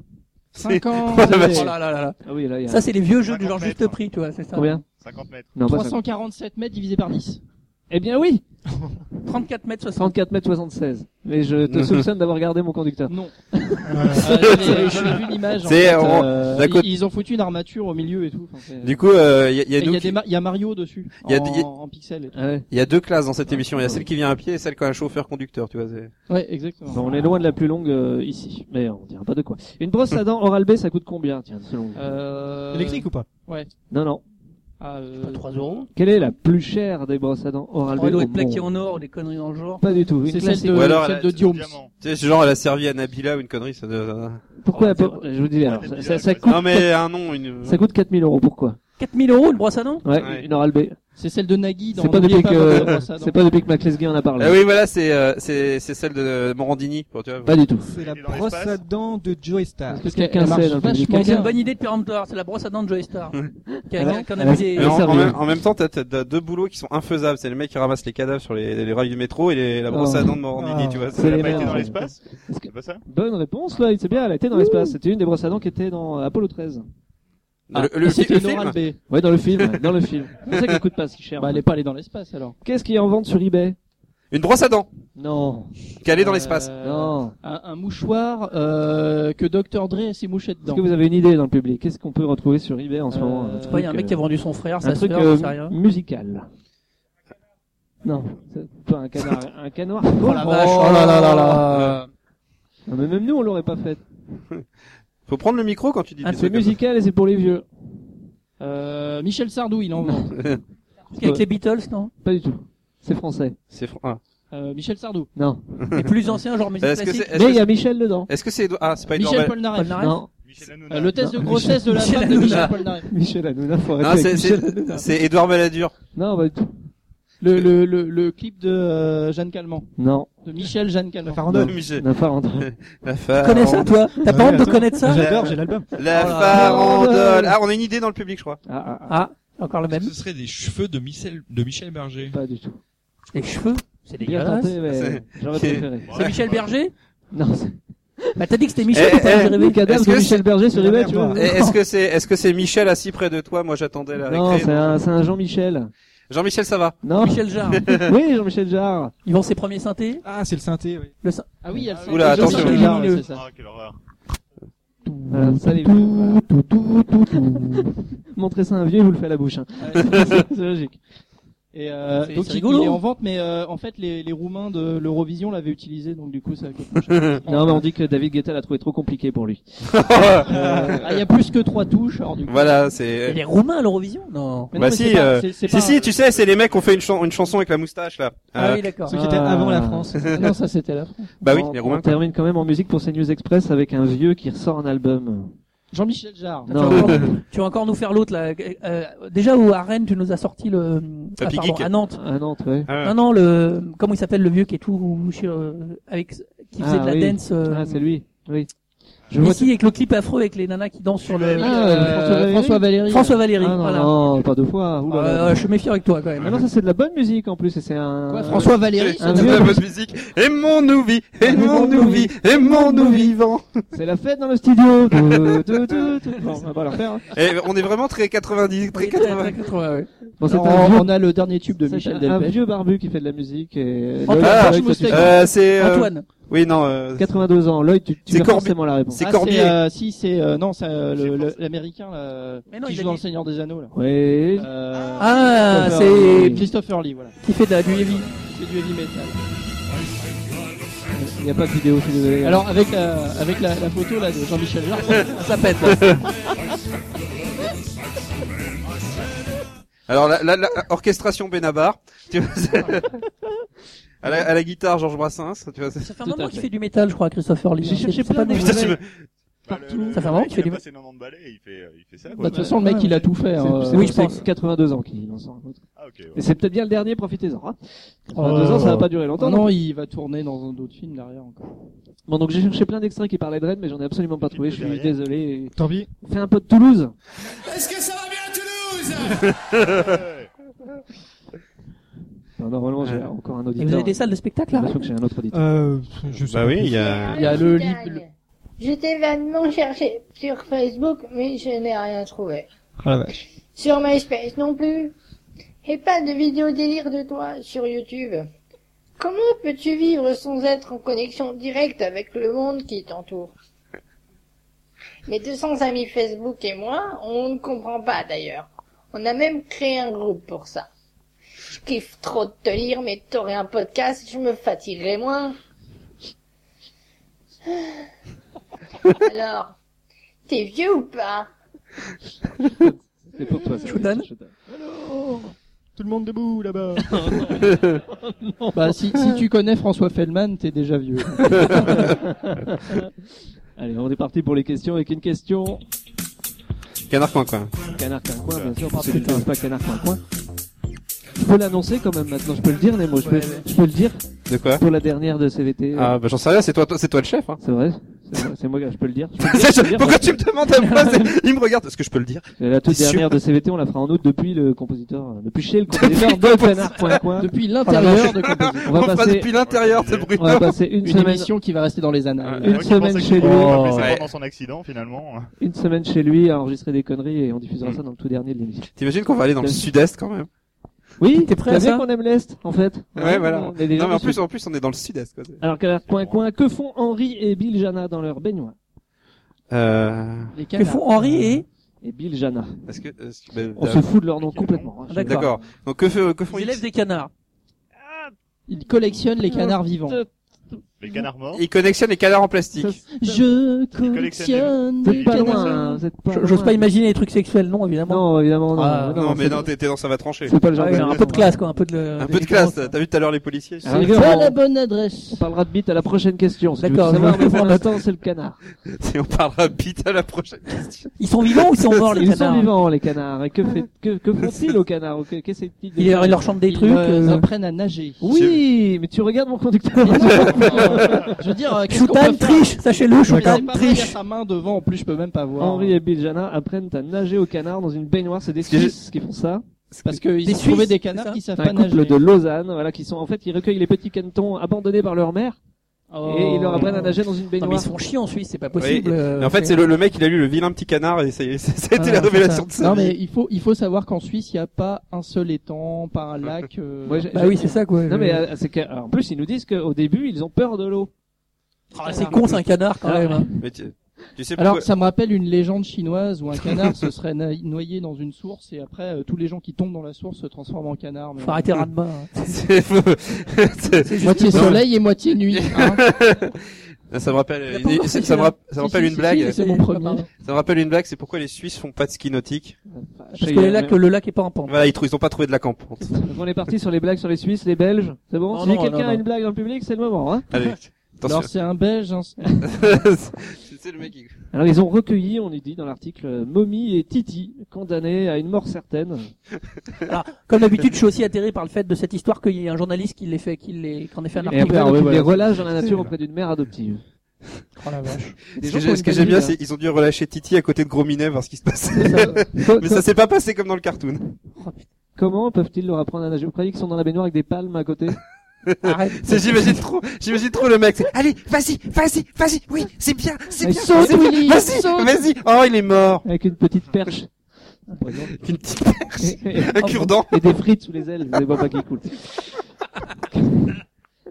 Speaker 9: 50...
Speaker 2: Ouais, bah,
Speaker 1: c'est-
Speaker 3: Oh là là là là.
Speaker 1: Ah oui, là, il y a
Speaker 3: Ça c'est les vieux jeux du genre
Speaker 7: 50
Speaker 3: juste
Speaker 7: mètres.
Speaker 3: prix tu vois c'est
Speaker 1: hein.
Speaker 3: ça.
Speaker 1: combien
Speaker 7: 50 mètres.
Speaker 1: Non, pas ça.
Speaker 9: 347 mètres divisé par 10.
Speaker 1: Eh bien oui,
Speaker 3: 34 mètres 60.
Speaker 1: 34 mètres 76. Mais je te soupçonne d'avoir gardé mon conducteur.
Speaker 9: Non.
Speaker 5: Voilà.
Speaker 9: Euh, j'avais- J'avais vu l'image. en
Speaker 2: C'est,
Speaker 9: fait,
Speaker 3: Oh.
Speaker 2: on-
Speaker 9: euh,
Speaker 2: d'un
Speaker 9: ils-
Speaker 2: côté-
Speaker 9: ils ont foutu une armature au milieu et tout. enfin, c'est-
Speaker 2: Du coup, euh, il y a, il y a
Speaker 9: Et il
Speaker 2: nous
Speaker 9: y, a
Speaker 2: qui-
Speaker 9: des ma- il y a Mario dessus.
Speaker 2: Il y a
Speaker 9: en,
Speaker 2: des-
Speaker 9: en pixels et tout.
Speaker 1: Ah ouais.
Speaker 2: il y a deux classes dans cette émission. Il y a celle qui vient à pied et celle qui a un chauffeur conducteur. Tu vois. c'est-
Speaker 9: Ouais, exactement.
Speaker 1: Bon, on est loin de la plus longue euh, ici, mais on dira pas de quoi. Une brosse à dents Oral-B, ça coûte combien Tiens, selon vous.
Speaker 9: Euh...
Speaker 5: Électrique ou pas
Speaker 1: Non, non.
Speaker 9: ah, euh,
Speaker 3: 3 euros.
Speaker 1: Quelle est la plus chère des brosses à dents Oral-B
Speaker 3: Oh, il doit
Speaker 1: au
Speaker 3: être plaqué
Speaker 1: monde
Speaker 3: en or ou des conneries dans le genre.
Speaker 1: Pas du tout. Une
Speaker 9: C'est celle
Speaker 1: classique.
Speaker 9: de,
Speaker 2: Ou alors
Speaker 9: celle
Speaker 2: la-
Speaker 9: de Diomes.
Speaker 7: Diamant.
Speaker 2: Tu sais, c'est genre elle a servi à Nabila ou une connerie. Ça, doit-
Speaker 1: Pourquoi
Speaker 9: Oh,
Speaker 1: la- Je vous dis alors,
Speaker 7: Ouais,
Speaker 1: ça,
Speaker 7: mais
Speaker 1: ça,
Speaker 7: déjà,
Speaker 1: ça
Speaker 7: ouais.
Speaker 1: coûte,
Speaker 2: Non mais un nom, une.
Speaker 1: ça coûte 4000 euros. Pourquoi
Speaker 3: 4000 euros une brosse à dents
Speaker 1: ouais,
Speaker 2: Ouais.
Speaker 1: une Oral B.
Speaker 9: C'est celle de Nagui dans
Speaker 1: C'est pas
Speaker 9: N'oubliez
Speaker 1: depuis
Speaker 9: votre brosse
Speaker 1: que
Speaker 9: à dents.
Speaker 1: c'est pas depuis que McLesguy en a parlé.
Speaker 2: Ah oui, voilà, c'est euh, c'est c'est celle de Morandini. pour- tu vois.
Speaker 1: Pas du tout.
Speaker 5: C'est la
Speaker 7: Et dans
Speaker 5: brosse
Speaker 7: l'espace
Speaker 5: à dents de Joe Star.
Speaker 1: Est-ce que
Speaker 9: qu'elle
Speaker 1: quelqu'un
Speaker 9: marche
Speaker 1: sait dans le public
Speaker 9: vachement
Speaker 3: C'est une
Speaker 9: bien.
Speaker 3: bonne idée de péremptoire, c'est la brosse à dents de Joey Star. qui
Speaker 1: Alors,
Speaker 3: a, qui en
Speaker 1: elle a-
Speaker 3: a mis des...
Speaker 2: Mais en,
Speaker 1: servi,
Speaker 2: en même,
Speaker 1: ouais.
Speaker 2: en même temps, t'as, t'as- t'as deux boulots qui sont infaisables. C'est les mecs qui ramassent les cadavres sur les, les rails du métro et les, la brosse
Speaker 1: Oh.
Speaker 2: à dents de Morandini,
Speaker 5: Oh.
Speaker 2: tu vois.
Speaker 1: C'est
Speaker 7: Elle
Speaker 1: les
Speaker 7: a pas été
Speaker 1: merdes.
Speaker 7: dans l'espace
Speaker 1: Est-ce que-
Speaker 7: C'est pas ça
Speaker 1: Bonne réponse, Lloyd. C'est bien, elle a été dans l'espace. C'était une des brosses à dents qui était dans Apollo 13.
Speaker 2: le, le-
Speaker 9: Et
Speaker 2: le
Speaker 9: c'était
Speaker 2: film-
Speaker 9: une Oral B.
Speaker 1: Ouais, dans le film. ouais, dans le film. C'est pour ça qu'elle coûte pas si cher.
Speaker 9: Bah, elle est pas allée dans l'espace alors.
Speaker 1: Qu'est-ce qu'il y a en vente sur eBay
Speaker 2: Une brosse à dents,
Speaker 1: Non.
Speaker 2: calée dans l'espace.
Speaker 4: Euh,
Speaker 1: Non.
Speaker 4: Un, un mouchoir euh, que Dr Dre s'est mouché
Speaker 1: Est-ce
Speaker 4: dedans.
Speaker 1: que vous avez une idée dans le public Qu'est-ce qu'on peut retrouver sur eBay en ce
Speaker 4: Euh,
Speaker 1: moment Un
Speaker 4: je
Speaker 1: truc,
Speaker 3: Il y a un mec qui a
Speaker 1: euh,
Speaker 3: vendu son frère,
Speaker 1: un
Speaker 3: sa
Speaker 1: truc
Speaker 3: sœur,
Speaker 1: euh,
Speaker 3: j'en sais rien.
Speaker 1: musical. Non, c'est pas un canard, un canard.
Speaker 3: Oh la vache.
Speaker 9: Oh là là là
Speaker 2: Euh.
Speaker 9: là.
Speaker 1: Non, mais même nous, on l'aurait pas fait.
Speaker 2: Faut prendre le micro quand tu dis
Speaker 3: Ah,
Speaker 2: des
Speaker 1: C'est
Speaker 2: trucs comme ça.
Speaker 1: musical et c'est pour les vieux.
Speaker 4: Euh, Michel Sardou, il en vend.
Speaker 3: Avec les Beatles, non
Speaker 1: Pas du tout. C'est français.
Speaker 2: C'est fr- ah.
Speaker 4: Euh, Michel Sardou.
Speaker 1: Non.
Speaker 3: Les plus anciens, genre musique
Speaker 2: Est-ce que
Speaker 3: classique.
Speaker 2: c'est est-ce
Speaker 1: Mais
Speaker 2: que
Speaker 1: il y
Speaker 2: c'est-
Speaker 1: a Michel dedans.
Speaker 2: est-ce que c'est Edouard- ah c'est pas
Speaker 4: Michel
Speaker 2: Edouard Baer-
Speaker 4: Polnareff.
Speaker 3: Polnareff.
Speaker 1: Non.
Speaker 7: Michel
Speaker 4: Euh,
Speaker 7: Hanouna.
Speaker 4: le test de
Speaker 1: Non,
Speaker 4: grossesse de la
Speaker 3: Michel
Speaker 4: femme de
Speaker 3: Hanouna.
Speaker 4: Michel Polnareff.
Speaker 1: Michel Hanouna, faut arrêter
Speaker 2: Non,
Speaker 1: avec
Speaker 2: Ah, c'est-
Speaker 1: Michel Hanouna.
Speaker 2: C'est Edouard Balladur.
Speaker 1: Non, bah, tout.
Speaker 4: Le, le, le, le clip de euh, Jeanne Calment.
Speaker 1: Non.
Speaker 4: De Michel Jeanne Calment.
Speaker 5: Farandole.
Speaker 1: On
Speaker 2: Michel-
Speaker 1: n'a pas rentré.
Speaker 2: La
Speaker 3: Tu connais ça,
Speaker 2: farandole.
Speaker 3: toi T'as pas
Speaker 5: Ouais,
Speaker 3: honte de
Speaker 5: attends.
Speaker 3: connaître ça
Speaker 5: J'adore, j'ai l'album.
Speaker 2: La
Speaker 3: Oh là là.
Speaker 2: farandole. Ah, on a une idée dans le public, je crois.
Speaker 1: Ah, ah,
Speaker 3: Ah, encore le
Speaker 10: Est-ce
Speaker 3: même.
Speaker 10: que Ce serait des cheveux de Michel, de Michel Berger.
Speaker 1: ah, pas du tout.
Speaker 3: Les cheveux. C'est
Speaker 1: Bien
Speaker 3: dégueulasse.
Speaker 1: tenté, mais j'aurais
Speaker 2: c'est- Ah,
Speaker 1: préféré.
Speaker 3: C'est Michel Berger
Speaker 1: Non, c'est
Speaker 3: Bah t'as dit que c'était Michel
Speaker 2: Eh,
Speaker 3: ou pas
Speaker 2: eh,
Speaker 3: J'ai
Speaker 1: le
Speaker 3: rêvé.
Speaker 1: cadavre
Speaker 2: est-ce
Speaker 1: de
Speaker 2: que
Speaker 1: Michel Berger sur
Speaker 5: la
Speaker 1: eBay,
Speaker 5: Ah, merde,
Speaker 1: tu vois.
Speaker 5: moi.
Speaker 2: Et Est-ce que c'est est-ce que c'est Michel assis près de toi Moi, j'attendais la
Speaker 1: Non,
Speaker 2: récré.
Speaker 1: c'est un, c'est un Jean-Michel.
Speaker 2: Jean-Michel, ça va
Speaker 1: Non.
Speaker 3: hein, Michel Jarre.
Speaker 1: Oui, Jean-Michel Jarre.
Speaker 3: Ils vont ses premiers synthés.
Speaker 5: Ah, c'est le synthé, oui.
Speaker 3: Le syn-
Speaker 4: Ah oui, il y a le
Speaker 2: Oula,
Speaker 4: synthé de
Speaker 2: attention.
Speaker 4: Michel Hanouna,
Speaker 3: Lumineux.
Speaker 4: c'est ça.
Speaker 7: Ah, quelle horreur.
Speaker 1: Voilà, Euh, ça, les vieux, voilà. Montrez ça à un vieux, il vous le fait à la bouche. hein. C'est logique.
Speaker 4: Et euh,
Speaker 3: C'est-
Speaker 4: donc
Speaker 3: c'est
Speaker 4: il,
Speaker 3: rigolo.
Speaker 4: il est en vente, mais euh, en fait les, les Roumains de l'Eurovision l'avaient utilisé, donc du coup ça. a Euh, coûté cher.
Speaker 1: Non, mais on dit que David Guetta l'a trouvé trop compliqué pour lui.
Speaker 4: Euh, ah, il y a plus que trois touches. Alors, du coup,
Speaker 2: Voilà,
Speaker 1: Eh.
Speaker 3: Et
Speaker 2: c'est.
Speaker 3: les Roumains à l'Eurovision Non.
Speaker 4: Mais
Speaker 2: Bah
Speaker 4: non, mais
Speaker 2: si,
Speaker 4: c'est pas-
Speaker 2: euh,
Speaker 4: c'est- c'est
Speaker 2: Si
Speaker 4: pas-
Speaker 2: si, tu sais, c'est les mecs qui ont fait une, chan- une chanson avec la moustache là.
Speaker 3: Ah
Speaker 2: Euh,
Speaker 3: oui, d'accord.
Speaker 5: Ceux qui étaient
Speaker 1: Ah.
Speaker 5: avant la France.
Speaker 4: Ah non, ça c'était la France.
Speaker 2: Bah oui,
Speaker 1: on,
Speaker 2: les
Speaker 1: on
Speaker 2: Roumains.
Speaker 1: termine quand même en musique pour CNews Express avec un vieux qui ressort un album.
Speaker 4: Jean-Michel Jarre.
Speaker 1: Non.
Speaker 3: Tu, vas encore, tu vas encore nous faire l'autre là. Euh, déjà où à Rennes tu nous as sorti le ah,
Speaker 2: Papy
Speaker 3: pardon,
Speaker 2: Geek.
Speaker 3: à Nantes.
Speaker 1: Ah non, tu vois.
Speaker 2: Ah,
Speaker 3: Non non le comment il s'appelle le vieux qui est tout euh, avec qui faisait
Speaker 1: Ah,
Speaker 3: de la
Speaker 1: oui.
Speaker 3: dance. euh,
Speaker 1: Ah, c'est lui. Oui. Je vois
Speaker 3: Ici avec le clip affreux avec les nanas qui dansent sur le
Speaker 1: Ah,
Speaker 4: Euh, François Valéry.
Speaker 3: François Valéry.
Speaker 1: Ah non,
Speaker 3: voilà.
Speaker 1: non, pas deux fois. Ouh là là.
Speaker 3: Euh, je me méfie avec toi quand
Speaker 1: Ah
Speaker 3: même.
Speaker 1: non, ça c'est de la bonne musique en plus et c'est un.
Speaker 4: Quoi, François Valéry.
Speaker 2: C'est
Speaker 1: un
Speaker 2: c'est de
Speaker 1: vieux.
Speaker 2: la bonne musique. Aimons-nous vie, aimons-nous vie, aimons-nous vivant.
Speaker 1: C'est la fête dans le studio. Deux, deux, deux, deux. Bon, on va pas la refaire. hein.
Speaker 2: Et on est vraiment très 90, très
Speaker 3: Oui, très- très
Speaker 2: 80.
Speaker 3: 80, ouais.
Speaker 1: Bon, c'est
Speaker 4: Alors,
Speaker 1: un vieux.
Speaker 4: on, on a le dernier tube de
Speaker 1: ça, c'est
Speaker 4: Michel
Speaker 1: un
Speaker 4: Delpech.
Speaker 1: vieux barbu qui fait de la musique et.
Speaker 3: Antoine
Speaker 1: Lloyd, Lloyd,
Speaker 2: Ah,
Speaker 1: toi, tu
Speaker 4: Moustache.
Speaker 1: sais.
Speaker 2: Euh, c'est euh,
Speaker 3: Antoine.
Speaker 2: Oui, non, euh,
Speaker 1: 82 ans. Lloyd, tu, tu
Speaker 2: C'est
Speaker 1: as
Speaker 2: Corbi-
Speaker 1: forcément la réponse.
Speaker 2: C'est Corbier.
Speaker 4: euh, si c'est euh, non, c'est euh, le-
Speaker 7: J'ai
Speaker 4: le-
Speaker 7: pensé.
Speaker 4: l'américain là,
Speaker 3: Mais non,
Speaker 4: qui
Speaker 3: il
Speaker 4: joue
Speaker 3: a
Speaker 4: dans
Speaker 3: dit-
Speaker 4: Le Seigneur des Anneaux là.
Speaker 1: Oui.
Speaker 4: Euh,
Speaker 3: Ah,
Speaker 4: Christopher
Speaker 3: c'est
Speaker 4: Lee. Christopher Lee, voilà.
Speaker 3: qui fait de la du heavy.
Speaker 4: C'est du heavy metal.
Speaker 1: Il n'y a pas de vidéo, je suis désolé.
Speaker 4: Alors avec la avec la, la photo là de Jean-Michel Jarre.
Speaker 3: Ça pète.
Speaker 2: Alors la, la, la- orchestration Benabar, tu vois, c'est- à, la, à la guitare Georges Brassens, tu vois. c'est-
Speaker 3: Ça fait un
Speaker 4: Tout à
Speaker 3: moment qu'il
Speaker 4: fait.
Speaker 3: fait du métal, je crois, Christopher Lee.
Speaker 1: J'ai
Speaker 3: hein.
Speaker 1: cherché
Speaker 3: C'est- c'est
Speaker 1: plein
Speaker 3: pas
Speaker 1: de-
Speaker 3: des-
Speaker 2: Putain, tu me-
Speaker 7: Bah, le-
Speaker 3: Ça fait un
Speaker 7: le
Speaker 3: moment
Speaker 7: mec,
Speaker 3: qu'il fait
Speaker 7: Il
Speaker 3: des-
Speaker 7: a passé 90 balais et il fait, euh, il fait ça.
Speaker 4: De
Speaker 7: Quoi.
Speaker 4: toute façon, le mec, il a tout fait. hein.
Speaker 1: C'est- c'est-
Speaker 3: oui, je
Speaker 1: c'est
Speaker 3: pense.
Speaker 1: 82 ans qu'il en sort.
Speaker 7: Ah ok.
Speaker 1: Et
Speaker 7: ouais.
Speaker 1: c'est peut-être bien le dernier, profitez-en. Hein. 82 ans, ça va pas durer
Speaker 4: Ah
Speaker 1: longtemps.
Speaker 3: Oh,
Speaker 4: non, il va tourner dans un- d'autres films derrière encore.
Speaker 1: Bon, donc j'ai cherché plein d'extraits qui parlaient de Rennes, mais j'en ai absolument pas trouvé. Je suis
Speaker 7: derrière.
Speaker 1: désolé.
Speaker 5: Tant pis.
Speaker 1: Fais un peu de Toulouse.
Speaker 7: Ouais.
Speaker 1: Non, normalement, j'ai encore un
Speaker 3: Et vous
Speaker 1: auditeur.
Speaker 3: avez des salles de spectacle
Speaker 1: J'ai
Speaker 3: là
Speaker 1: l'impression que j'ai un autre auditeur.
Speaker 5: Euh, je sais
Speaker 2: Bah
Speaker 5: pas.
Speaker 2: oui, il y a
Speaker 4: Il y a le lit-
Speaker 8: Gagne. Je t'ai vainement cherché sur Facebook, mais je n'ai rien trouvé.
Speaker 5: Ah la vache.
Speaker 8: Sur MySpace non plus. Et pas de vidéo délire de toi sur YouTube. Comment peux-tu vivre sans être en connexion directe avec le monde qui t'entoure Mes 200 amis Facebook et moi, on ne comprend pas d'ailleurs. On a même créé un groupe pour ça. Je kiffe trop de te lire, mais t'aurais un podcast, je me fatiguerais moins. Alors, t'es vieux ou pas
Speaker 1: C'est pour toi, ça.
Speaker 3: Shoutan
Speaker 5: Tout le monde debout là-bas.
Speaker 4: Bah, si, si tu connais François Fellman, t'es déjà vieux.
Speaker 1: Allez, on est parti pour les questions avec une question.
Speaker 2: Canard Coin Coin.
Speaker 1: Canard qu'un coin, bien sûr, parce que tu pas canard qu'un coin. Je peux l'annoncer quand même maintenant, je peux le dire, Nemo, je peux, je peux le dire
Speaker 2: De quoi
Speaker 1: pour la dernière de CVT. euh,
Speaker 2: Hein Ah bah j'en sais rien, c'est toi, toi- c'est toi le chef. Hein.
Speaker 1: C'est vrai, c'est vrai, c'est moi, je peux le dire. Je peux le dire, je peux le dire,
Speaker 2: Pourquoi tu me demandes à moi c'est- Il me regarde. Est-ce que je peux le dire
Speaker 1: Et La toute
Speaker 2: T'es sûr
Speaker 1: dernière de CVT, on la fera en août depuis le compositeur, euh, depuis chez le compositeur de Canard Coin Coin.
Speaker 4: Depuis l'intérieur de Composite.
Speaker 1: On va
Speaker 2: fera
Speaker 1: passer,
Speaker 2: depuis l'intérieur de
Speaker 1: on va
Speaker 2: Bruno.
Speaker 1: passer une,
Speaker 4: Une
Speaker 1: semaine,
Speaker 4: émission qui va rester dans les annales.
Speaker 1: Une
Speaker 7: Le mec, il pensait
Speaker 1: semaine
Speaker 7: qu'il
Speaker 1: chez
Speaker 7: pouvait
Speaker 1: lui.
Speaker 7: pas blesser
Speaker 2: Ouais.
Speaker 7: pendant son accident finalement. hein.
Speaker 1: une semaine chez lui à enregistrer des conneries et on diffusera ça dans le tout dernier de l'émission.
Speaker 2: T'imagines qu'on va aller dans le sud-est quand même
Speaker 1: Oui,
Speaker 3: T'es prêt
Speaker 1: t'as
Speaker 3: à
Speaker 1: vu
Speaker 3: ça
Speaker 1: qu'on aime l'Est, en fait.
Speaker 2: Ouais, voilà.
Speaker 1: on
Speaker 2: Non,
Speaker 1: est des
Speaker 2: mais
Speaker 1: gens
Speaker 2: en
Speaker 1: du
Speaker 2: plus,
Speaker 1: Sud.
Speaker 2: en plus, on est dans le sud-est. quoi.
Speaker 1: Alors qu'à coin coin, que font Henri et Bill Jana dans leur baignoire
Speaker 2: Euh,
Speaker 4: Les
Speaker 3: Que
Speaker 4: canards.
Speaker 3: font Henri et
Speaker 1: Et Bill Jana.
Speaker 2: est-ce que, est-ce que- ben,
Speaker 1: On
Speaker 2: d'a-
Speaker 1: se fout de leur nom complètement. hein.
Speaker 3: D'accord.
Speaker 2: d'accord. Donc que, fait- que font
Speaker 3: les élèves
Speaker 2: ils
Speaker 3: des canards
Speaker 4: Il collectionne les canards vivants.
Speaker 7: Les canards morts.
Speaker 2: Ils collectionnent les canards en plastique.
Speaker 1: Ça,
Speaker 4: Je
Speaker 7: collectionne
Speaker 4: collectionne
Speaker 1: Vous
Speaker 7: les
Speaker 1: êtes
Speaker 4: des
Speaker 1: pas
Speaker 7: canards.
Speaker 1: loin, vous êtes pas
Speaker 3: J- J'ose
Speaker 1: loin.
Speaker 3: pas imaginer les trucs sexuels, non, évidemment.
Speaker 1: Non, évidemment, non.
Speaker 3: Ah,
Speaker 2: Non, mais
Speaker 1: c'est-
Speaker 2: non, t'es t'es dans ça va trancher.
Speaker 1: C'est pas le
Speaker 3: Ah
Speaker 1: genre
Speaker 3: oui, un peu de classe, quoi, un peu de.
Speaker 2: Un peu de classe. T'as vu tout à l'heure les policiers.
Speaker 1: À la
Speaker 4: C'est
Speaker 1: rigueur,
Speaker 4: pas
Speaker 1: on-
Speaker 4: la bonne adresse.
Speaker 1: hein. On parlera de bite à la prochaine question. Si
Speaker 3: D'accord,
Speaker 1: Tu veux tout
Speaker 3: je vais
Speaker 1: savoir, mais pour
Speaker 3: prendre le
Speaker 1: l'instant, c'est le canard.
Speaker 2: Si on parlera vite à la prochaine question.
Speaker 3: Ils sont vivants ou ils sont morts, Oh, les
Speaker 1: Ils
Speaker 3: canards
Speaker 1: sont vivants, les canards. Et que, fait, que, que font-ils aux canards Ou que- Qu'essaient-ils de
Speaker 3: Ils,
Speaker 1: faire
Speaker 3: ils leur chantent des
Speaker 4: Ils,
Speaker 3: trucs.
Speaker 4: euh,
Speaker 3: euh,
Speaker 4: apprennent à nager.
Speaker 1: Oh. Oui, mais tu regardes mon conducteur.
Speaker 4: Mais non, enfin, je veux dire, euh, qu'est-ce qu'on
Speaker 3: Shoutan
Speaker 4: peut faire
Speaker 3: triche, sachez-le,
Speaker 4: Je sais pas,
Speaker 3: Shoutan
Speaker 4: il y a
Speaker 3: triche.
Speaker 4: sa main devant, en plus je peux même pas voir.
Speaker 1: Henri et Bill Jana apprennent à nager aux canards dans une baignoire. C'est des
Speaker 2: C'est-
Speaker 1: Suisses qui font ça.
Speaker 4: Parce qu'ils
Speaker 3: Des
Speaker 4: ont
Speaker 3: Suisses,
Speaker 4: trouvé des
Speaker 3: c'est ça
Speaker 4: canards qui savent
Speaker 1: C'est un
Speaker 4: pas
Speaker 1: couple
Speaker 4: nager.
Speaker 1: de Lausanne, voilà, qui sont en fait, ils recueillent les petits canetons abandonnés par leur mère
Speaker 4: Oh.
Speaker 1: et ils leur apprennent à nager dans une
Speaker 3: Non,
Speaker 1: baignoire.
Speaker 3: mais ils sont chiants en Suisse, c'est pas possible.
Speaker 2: Oui,
Speaker 3: euh,
Speaker 2: En fait, c'est le, le mec, il a lu le vilain petit canard et ça y est, ça a été
Speaker 3: Ah,
Speaker 2: la
Speaker 3: c'est
Speaker 2: révélation
Speaker 3: ça.
Speaker 2: de sa
Speaker 4: Non
Speaker 2: vie.
Speaker 4: mais il faut, il faut savoir qu'en Suisse il n'y a pas un seul étang, pas un lac. euh,
Speaker 1: Moi, j'ai-
Speaker 3: Bah oui, c'est ça, quoi.
Speaker 1: Non mais euh, c'est que- alors, en plus ils nous disent qu'au début ils ont peur de l'eau.
Speaker 3: Ah, c'est con, c'est un canard quand
Speaker 1: Ah.
Speaker 3: même. hein.
Speaker 2: Mais tu, tu sais pourquoi
Speaker 4: Alors ça me rappelle une légende chinoise où un canard se serait na- noyé dans une source et après euh, tous les gens qui tombent dans la source se transforment en canards. mais-
Speaker 3: Faut arrêter de bas. hein.
Speaker 2: C'est- c'est-
Speaker 4: Moitié
Speaker 2: Non,
Speaker 4: soleil et moitié nuit. hein.
Speaker 2: mais- ça me rappelle,
Speaker 3: pas encore
Speaker 2: ça,
Speaker 3: fait
Speaker 2: me rapp- ça me
Speaker 4: Si,
Speaker 2: rappelle
Speaker 4: si,
Speaker 2: une
Speaker 4: si,
Speaker 2: blague.
Speaker 4: si, C'est mon premier.
Speaker 3: Pardon.
Speaker 2: Ça me rappelle une blague. C'est pourquoi les Suisses font pas de ski nautique.
Speaker 3: Parce que le lac, le lac est pas en pente.
Speaker 2: Voilà, ils, trou- ils ont pas trouvé de la campante.
Speaker 1: Donc, on est parti sur les blagues sur les Suisses, les Belges. C'est bon
Speaker 3: Non,
Speaker 1: Si
Speaker 3: non,
Speaker 1: quelqu'un
Speaker 3: non,
Speaker 1: a
Speaker 3: non.
Speaker 1: une blague dans le public, c'est le moment. Hein
Speaker 2: Allez, attention.
Speaker 4: Alors c'est un belge. hein, c'est-
Speaker 2: C'est c'est le mec. qui-
Speaker 1: Alors ils ont recueilli, on y dit dans l'article, euh, Mommy et Titi, condamnés à une mort certaine.
Speaker 3: Comme d'habitude, je suis aussi atterré par le fait de cette histoire qu'il y a un journaliste qui l'ait fait, qui l'ait, qui en ait fait un
Speaker 1: Et
Speaker 3: article.
Speaker 1: après,
Speaker 4: ah
Speaker 1: donc,
Speaker 4: ouais,
Speaker 1: ils
Speaker 4: voilà.
Speaker 1: les relâchent dans la nature auprès d'une mère adoptive.
Speaker 4: Oh la vache.
Speaker 1: Des gens
Speaker 2: Ce que
Speaker 1: qui ont
Speaker 2: j'ai- ce
Speaker 1: une
Speaker 2: que
Speaker 1: belle
Speaker 2: j'aime bien,
Speaker 1: vie,
Speaker 2: c'est ils ont dû relâcher Titi à côté de Gros Minet voir ce qui se passait.
Speaker 1: Co-
Speaker 2: Mais
Speaker 1: co-
Speaker 2: ça s'est pas passé comme dans le cartoon.
Speaker 1: Comment peuvent-ils leur apprendre à nager Vous croyez qu'ils sont dans la baignoire avec des palmes à côté
Speaker 3: Arrête.
Speaker 2: C'est- J'imagine trop, j'imagine trop le mec. c'est, Allez, vas-y, vas-y, vas-y. Oui, c'est bien, c'est
Speaker 1: Mais
Speaker 2: bien.
Speaker 1: saute,
Speaker 2: c'est bien,
Speaker 1: Willy,
Speaker 2: Vas-y,
Speaker 1: saute.
Speaker 2: vas-y. Oh, il est mort.
Speaker 1: Avec une petite perche.
Speaker 2: Une petite Oh, perche.
Speaker 1: Et- et-
Speaker 2: Un cure-dent.
Speaker 1: et des frites sous les ailes, vous les voyez pas qui coulent.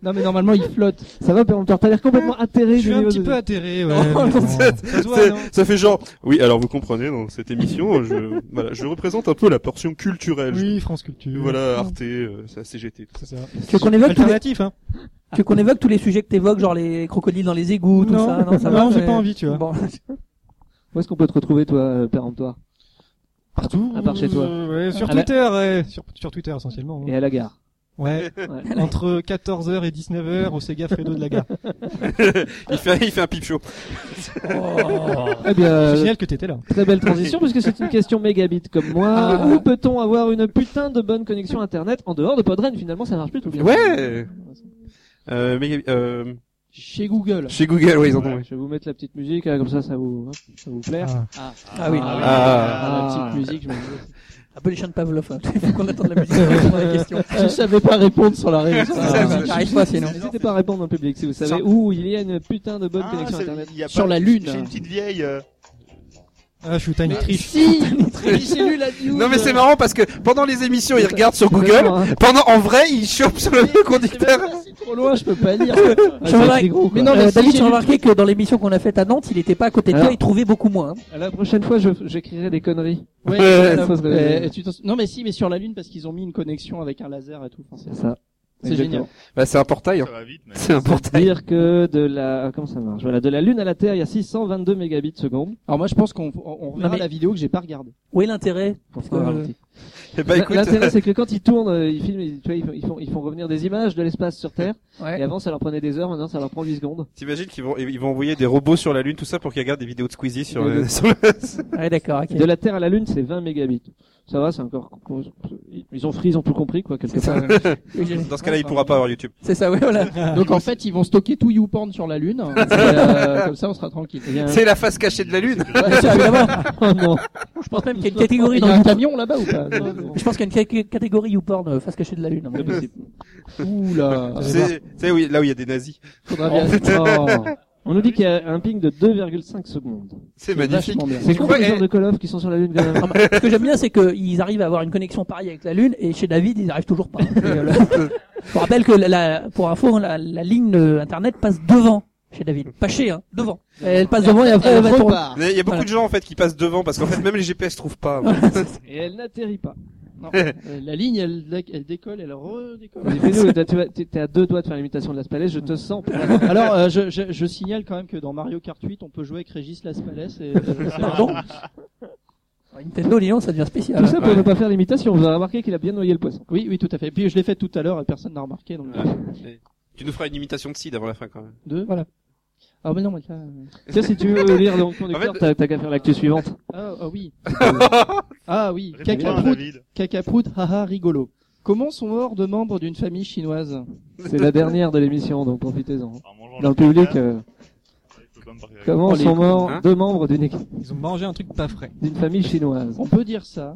Speaker 4: Non mais normalement il flotte.
Speaker 1: Ça va, Péremptoire T'as l'air complètement atterré
Speaker 5: Je suis
Speaker 1: du
Speaker 5: un
Speaker 1: niveau
Speaker 5: petit
Speaker 1: de-
Speaker 5: peu atterré, ouais.
Speaker 2: Non,
Speaker 5: mais
Speaker 2: non,
Speaker 5: bon.
Speaker 2: c'est-
Speaker 5: Ça se voit,
Speaker 2: C'est-
Speaker 5: non
Speaker 2: ça fait genre, oui, alors vous comprenez, dans cette émission, je, voilà, je représente un peu la portion culturelle.
Speaker 5: Oui, France Culture.
Speaker 7: Voilà, Arte, euh, ça, CGT. tout ça.
Speaker 5: C'est ça.
Speaker 3: Tu veux qu'on évoque tous les,
Speaker 5: Alternatif, hein.
Speaker 3: tu veux qu'on évoque tous les sujets que t'évoques, genre les crocodiles dans les égouts, tout
Speaker 5: non,
Speaker 3: ça? Non, ça va,
Speaker 5: non, j'ai
Speaker 3: mais-
Speaker 5: pas envie, tu vois.
Speaker 3: Bon.
Speaker 1: Où est-ce qu'on peut te retrouver, toi, euh, Péremptoire
Speaker 5: Partout.
Speaker 1: À part chez toi.
Speaker 5: euh, ouais, sur
Speaker 1: À la-
Speaker 5: Twitter, ouais, sur, sur Twitter essentiellement. hein.
Speaker 1: Et à la gare.
Speaker 5: Ouais.
Speaker 1: Ouais.
Speaker 5: Entre 14h et 19h au Sega Fredo de la gare.
Speaker 2: Il fait, il fait un pipe show.
Speaker 6: Oh.
Speaker 1: Eh bien,
Speaker 5: C'est
Speaker 1: euh,
Speaker 5: génial que t'étais là.
Speaker 1: très belle transition, puisque c'est une question mégabit comme moi.
Speaker 3: Ah.
Speaker 1: Où peut-on avoir une putain de bonne connexion Internet en dehors de Podren Finalement, ça marche plus tout bien.
Speaker 2: Ouais. Euh, mais, euh,
Speaker 4: Chez Google.
Speaker 2: chez Google, oui, ils en ont.
Speaker 1: Je vais vous mettre la petite musique, là, comme ça, ça vous, hein, ça vous plaire.
Speaker 5: Ah.
Speaker 3: Ah oui.
Speaker 4: Ah,
Speaker 1: Ah.
Speaker 4: la petite musique. Je, me disais.
Speaker 3: Appellation de Pavlov. hein. Il faut qu'on attende la musique pour répondre à la question.
Speaker 4: Je savais pas répondre sur la réponse.
Speaker 3: Ah, J'arrive pas sinon.
Speaker 1: N'hésitez pas à répondre en public si vous savez
Speaker 7: Ça-
Speaker 1: où il y a une putain de bonne
Speaker 7: Ah,
Speaker 1: connexion
Speaker 7: c'est-
Speaker 1: Internet.
Speaker 7: il y a
Speaker 4: Sur
Speaker 7: pas-
Speaker 4: la Lune.
Speaker 7: J'ai une petite vieille. euh,
Speaker 5: Ah, je suis
Speaker 4: Bah,
Speaker 5: une triche.
Speaker 4: Si, j'ai lu la news.
Speaker 2: Non mais c'est marrant parce que pendant les émissions ils regardent sur
Speaker 1: C'est
Speaker 2: Google,
Speaker 1: vraiment, hein.
Speaker 2: pendant en vrai ils chopent sur le conducteur.
Speaker 4: C'est trop loin, je peux pas lire.
Speaker 1: Ah, c'est
Speaker 3: Jean-Marc,
Speaker 1: écrit gros, quoi.
Speaker 4: mais non,
Speaker 3: Euh,
Speaker 4: mais si,
Speaker 3: David,
Speaker 4: j'ai
Speaker 3: j'ai
Speaker 4: lu
Speaker 3: remarqué que dans l'émission qu'on a faite à Nantes, il était pas à côté de toi,
Speaker 1: Alors
Speaker 3: il trouvait beaucoup moins. hein.
Speaker 1: À La prochaine fois, je- j'écrirai des conneries.
Speaker 4: Ouais,
Speaker 2: Ouais,
Speaker 4: non,
Speaker 1: faut se
Speaker 4: mais-
Speaker 1: réveiller.
Speaker 4: et tu t'en- non mais si, mais sur la Lune parce qu'ils ont mis une connexion avec un laser et tout. Enfin, c'est-
Speaker 1: C'est ça.
Speaker 4: c'est génial.
Speaker 2: Bah c'est un portail.
Speaker 7: Ça
Speaker 2: Hein.
Speaker 7: va vite, mais.
Speaker 2: C'est un portail.
Speaker 1: Dire que de la comment ça marche Voilà, de la Lune à la Terre, il y a 622 mégabits seconde.
Speaker 4: Alors moi, je pense qu'on on- on reverra
Speaker 3: mais-
Speaker 4: la vidéo que j'ai pas regardée.
Speaker 3: Où est l'intérêt
Speaker 1: Parce
Speaker 3: Euh,
Speaker 2: Et bah écoute,
Speaker 1: L'intérêt, c'est que quand ils tournent, euh, ils filment, ils, tu vois, ils, font, ils, font, ils font revenir des images de l'espace sur Terre.
Speaker 3: Ouais.
Speaker 1: Et avant, ça leur prenait des heures, maintenant, ça leur prend 8 secondes.
Speaker 2: t'imagines qu'ils vont ils vont envoyer des robots sur la lune tout ça pour qu'ils regardent des vidéos de Squeezie sur
Speaker 1: Des-
Speaker 2: le, sur le-
Speaker 3: Ouais, d'accord, ok.
Speaker 1: De la Terre à la Lune, c'est 20 mégabits. Ça va, c'est encore. Ils ont free, ils ont tout compris, quoi, quelque
Speaker 3: C'est
Speaker 1: part.
Speaker 3: ça.
Speaker 2: Dans ce cas-là, il pourra pas avoir YouTube.
Speaker 3: C'est ça, ouais, voilà.
Speaker 2: Ah,
Speaker 4: Donc en fait, ils vont stocker tout YouPorn sur la Lune. Et, euh, comme ça, on sera tranquille.
Speaker 1: Il y a un-
Speaker 2: C'est la face cachée de la lune.
Speaker 3: Bien sûr, évidemment.
Speaker 1: Oh non.
Speaker 3: Je pense même qu'il y a une
Speaker 4: Il
Speaker 3: catégorie
Speaker 4: y a
Speaker 3: dans
Speaker 4: un
Speaker 3: YouPorn.
Speaker 4: camion là-bas ou pas
Speaker 3: Je pense qu'il y a une ca- catégorie YouPorn euh, face cachée de la lune. à mon avis.
Speaker 4: Oula. Euh,
Speaker 2: C'est c'est oui, là où il y a des nazis.
Speaker 4: Faudra bien.
Speaker 1: Oh. On nous dit qu'il y a un ping de 2,5 secondes.
Speaker 2: C'est magnifique.
Speaker 4: vachement bien.
Speaker 1: C'est con
Speaker 2: Ouais,
Speaker 1: les
Speaker 2: et-
Speaker 1: gens de Call of qui sont sur la Lune quand même.
Speaker 3: Ah bah, ce que j'aime bien, c'est qu'ils arrivent à avoir une connexion pareille avec la Lune, et chez David, ils arrivent toujours pas. Et, euh, le- Je vous rappelle que, la, la- pour info, hein, la, la ligne euh, Internet passe devant chez David. Pas chez, hein, devant. Elle passe devant et après, elle va tourner.
Speaker 4: repart.
Speaker 2: Il y a beaucoup
Speaker 3: Voilà.
Speaker 2: de gens en fait qui passent devant parce qu'en fait même les GPS trouvent pas.
Speaker 1: Et elle n'atterrit pas.
Speaker 4: Non, euh, la ligne, elle, dé- elle décolle, elle redécolle.
Speaker 1: Mais fais-nous, t'as- tu vas- t'es t'es à deux doigts de faire l'imitation de la Palais, je te sens.
Speaker 4: Alors, euh, je, je, je signale quand même que dans Mario Kart 8, on peut jouer avec Régis Laspalès. Et, euh,
Speaker 3: Pardon Nintendo, dis donc, ça devient spécial.
Speaker 1: Tout ça pour ne pas faire l'imitation. Vous avez remarqué qu'il a bien noyé le poisson.
Speaker 4: oui, oui, tout à fait. Puis je l'ai fait tout à l'heure et personne n'a
Speaker 1: Ah.
Speaker 4: remarqué. Donc...
Speaker 2: Tu nous feras une imitation de Sid avant la fin quand même.
Speaker 4: Deux
Speaker 3: Voilà.
Speaker 4: Ah, mais non, mais ça, euh,
Speaker 1: Tiens, si tu veux lire le conducteur,
Speaker 2: En fait,
Speaker 1: t'as t'as qu'à faire l'actu suivante.
Speaker 4: Ah, ah oui. ah oui,
Speaker 7: Réponds-moi,
Speaker 4: cacaproute,
Speaker 7: David.
Speaker 4: cacaproute, haha, rigolo. Comment sont morts deux membres d'une famille chinoise
Speaker 1: C'est la dernière de l'émission, donc profitez-en.
Speaker 7: En mangeant
Speaker 1: Dans le
Speaker 7: la
Speaker 1: public,
Speaker 7: caca,
Speaker 1: euh,
Speaker 7: il peut pas me parler.
Speaker 1: comment
Speaker 4: Oh, les
Speaker 1: sont morts
Speaker 2: hein
Speaker 1: deux membres d'une équipe-
Speaker 5: Ils ont mangé un truc pas frais.
Speaker 1: d'une famille chinoise
Speaker 4: On peut dire ça.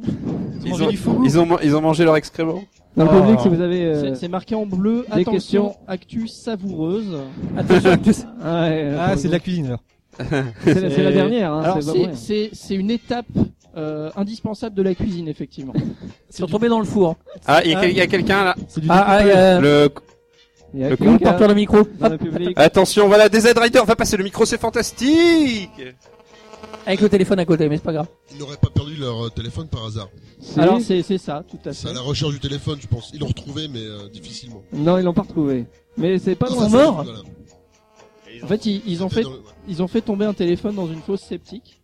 Speaker 5: Ils ont
Speaker 2: Ils
Speaker 5: mangé
Speaker 2: ont,
Speaker 5: du fourreau.
Speaker 2: ils, ont, man- ils ont mangé leur excrément.
Speaker 1: Dans le
Speaker 5: Oh.
Speaker 1: public, si vous avez... euh,
Speaker 4: C'est- C'est marqué en bleu.
Speaker 1: des
Speaker 4: Attention,
Speaker 1: questions
Speaker 4: actu savoureuse.
Speaker 3: hein. Attention, tu sais-
Speaker 1: ah, ouais, euh,
Speaker 5: Ah, c'est de la cuisine alors.
Speaker 1: c'est la- c'est la
Speaker 4: c'est-
Speaker 1: dernière, hein,
Speaker 4: Alors
Speaker 1: c'est pas
Speaker 4: c'est-
Speaker 1: vrai.
Speaker 4: c'est c'est une étape euh, indispensable de la cuisine effectivement.
Speaker 3: ils sont tombés dans le four. hein.
Speaker 2: Ah, il y a, quel- il y a quelqu'un là.
Speaker 5: C'est du
Speaker 3: Ah, ah, euh,
Speaker 2: Le...
Speaker 1: Il y a
Speaker 2: le
Speaker 1: quelqu'un
Speaker 3: porteur le micro.
Speaker 1: dans le
Speaker 3: euh, Hop,
Speaker 1: public.
Speaker 2: Attention, voilà, DZ Rider va passer le micro, c'est fantastique.
Speaker 3: avec le téléphone à côté, mais c'est pas grave.
Speaker 11: Ils n'auraient pas perdu leur euh, téléphone par hasard.
Speaker 1: Si.
Speaker 4: Alors c'est c'est ça, tout à fait.
Speaker 11: C'est à la recherche du téléphone, je pense. Ils l'ont retrouvé, mais euh, difficilement.
Speaker 1: Non, ils l'ont pas retrouvé. Mais c'est pas
Speaker 11: Ah,
Speaker 1: mon
Speaker 11: ça,
Speaker 1: mort.
Speaker 3: morts
Speaker 11: voilà.
Speaker 7: Et ils
Speaker 4: En
Speaker 7: ont-
Speaker 4: fait ils, ils ont fait
Speaker 11: Dans le- ouais.
Speaker 4: ils ont fait tomber un téléphone dans une fosse septique,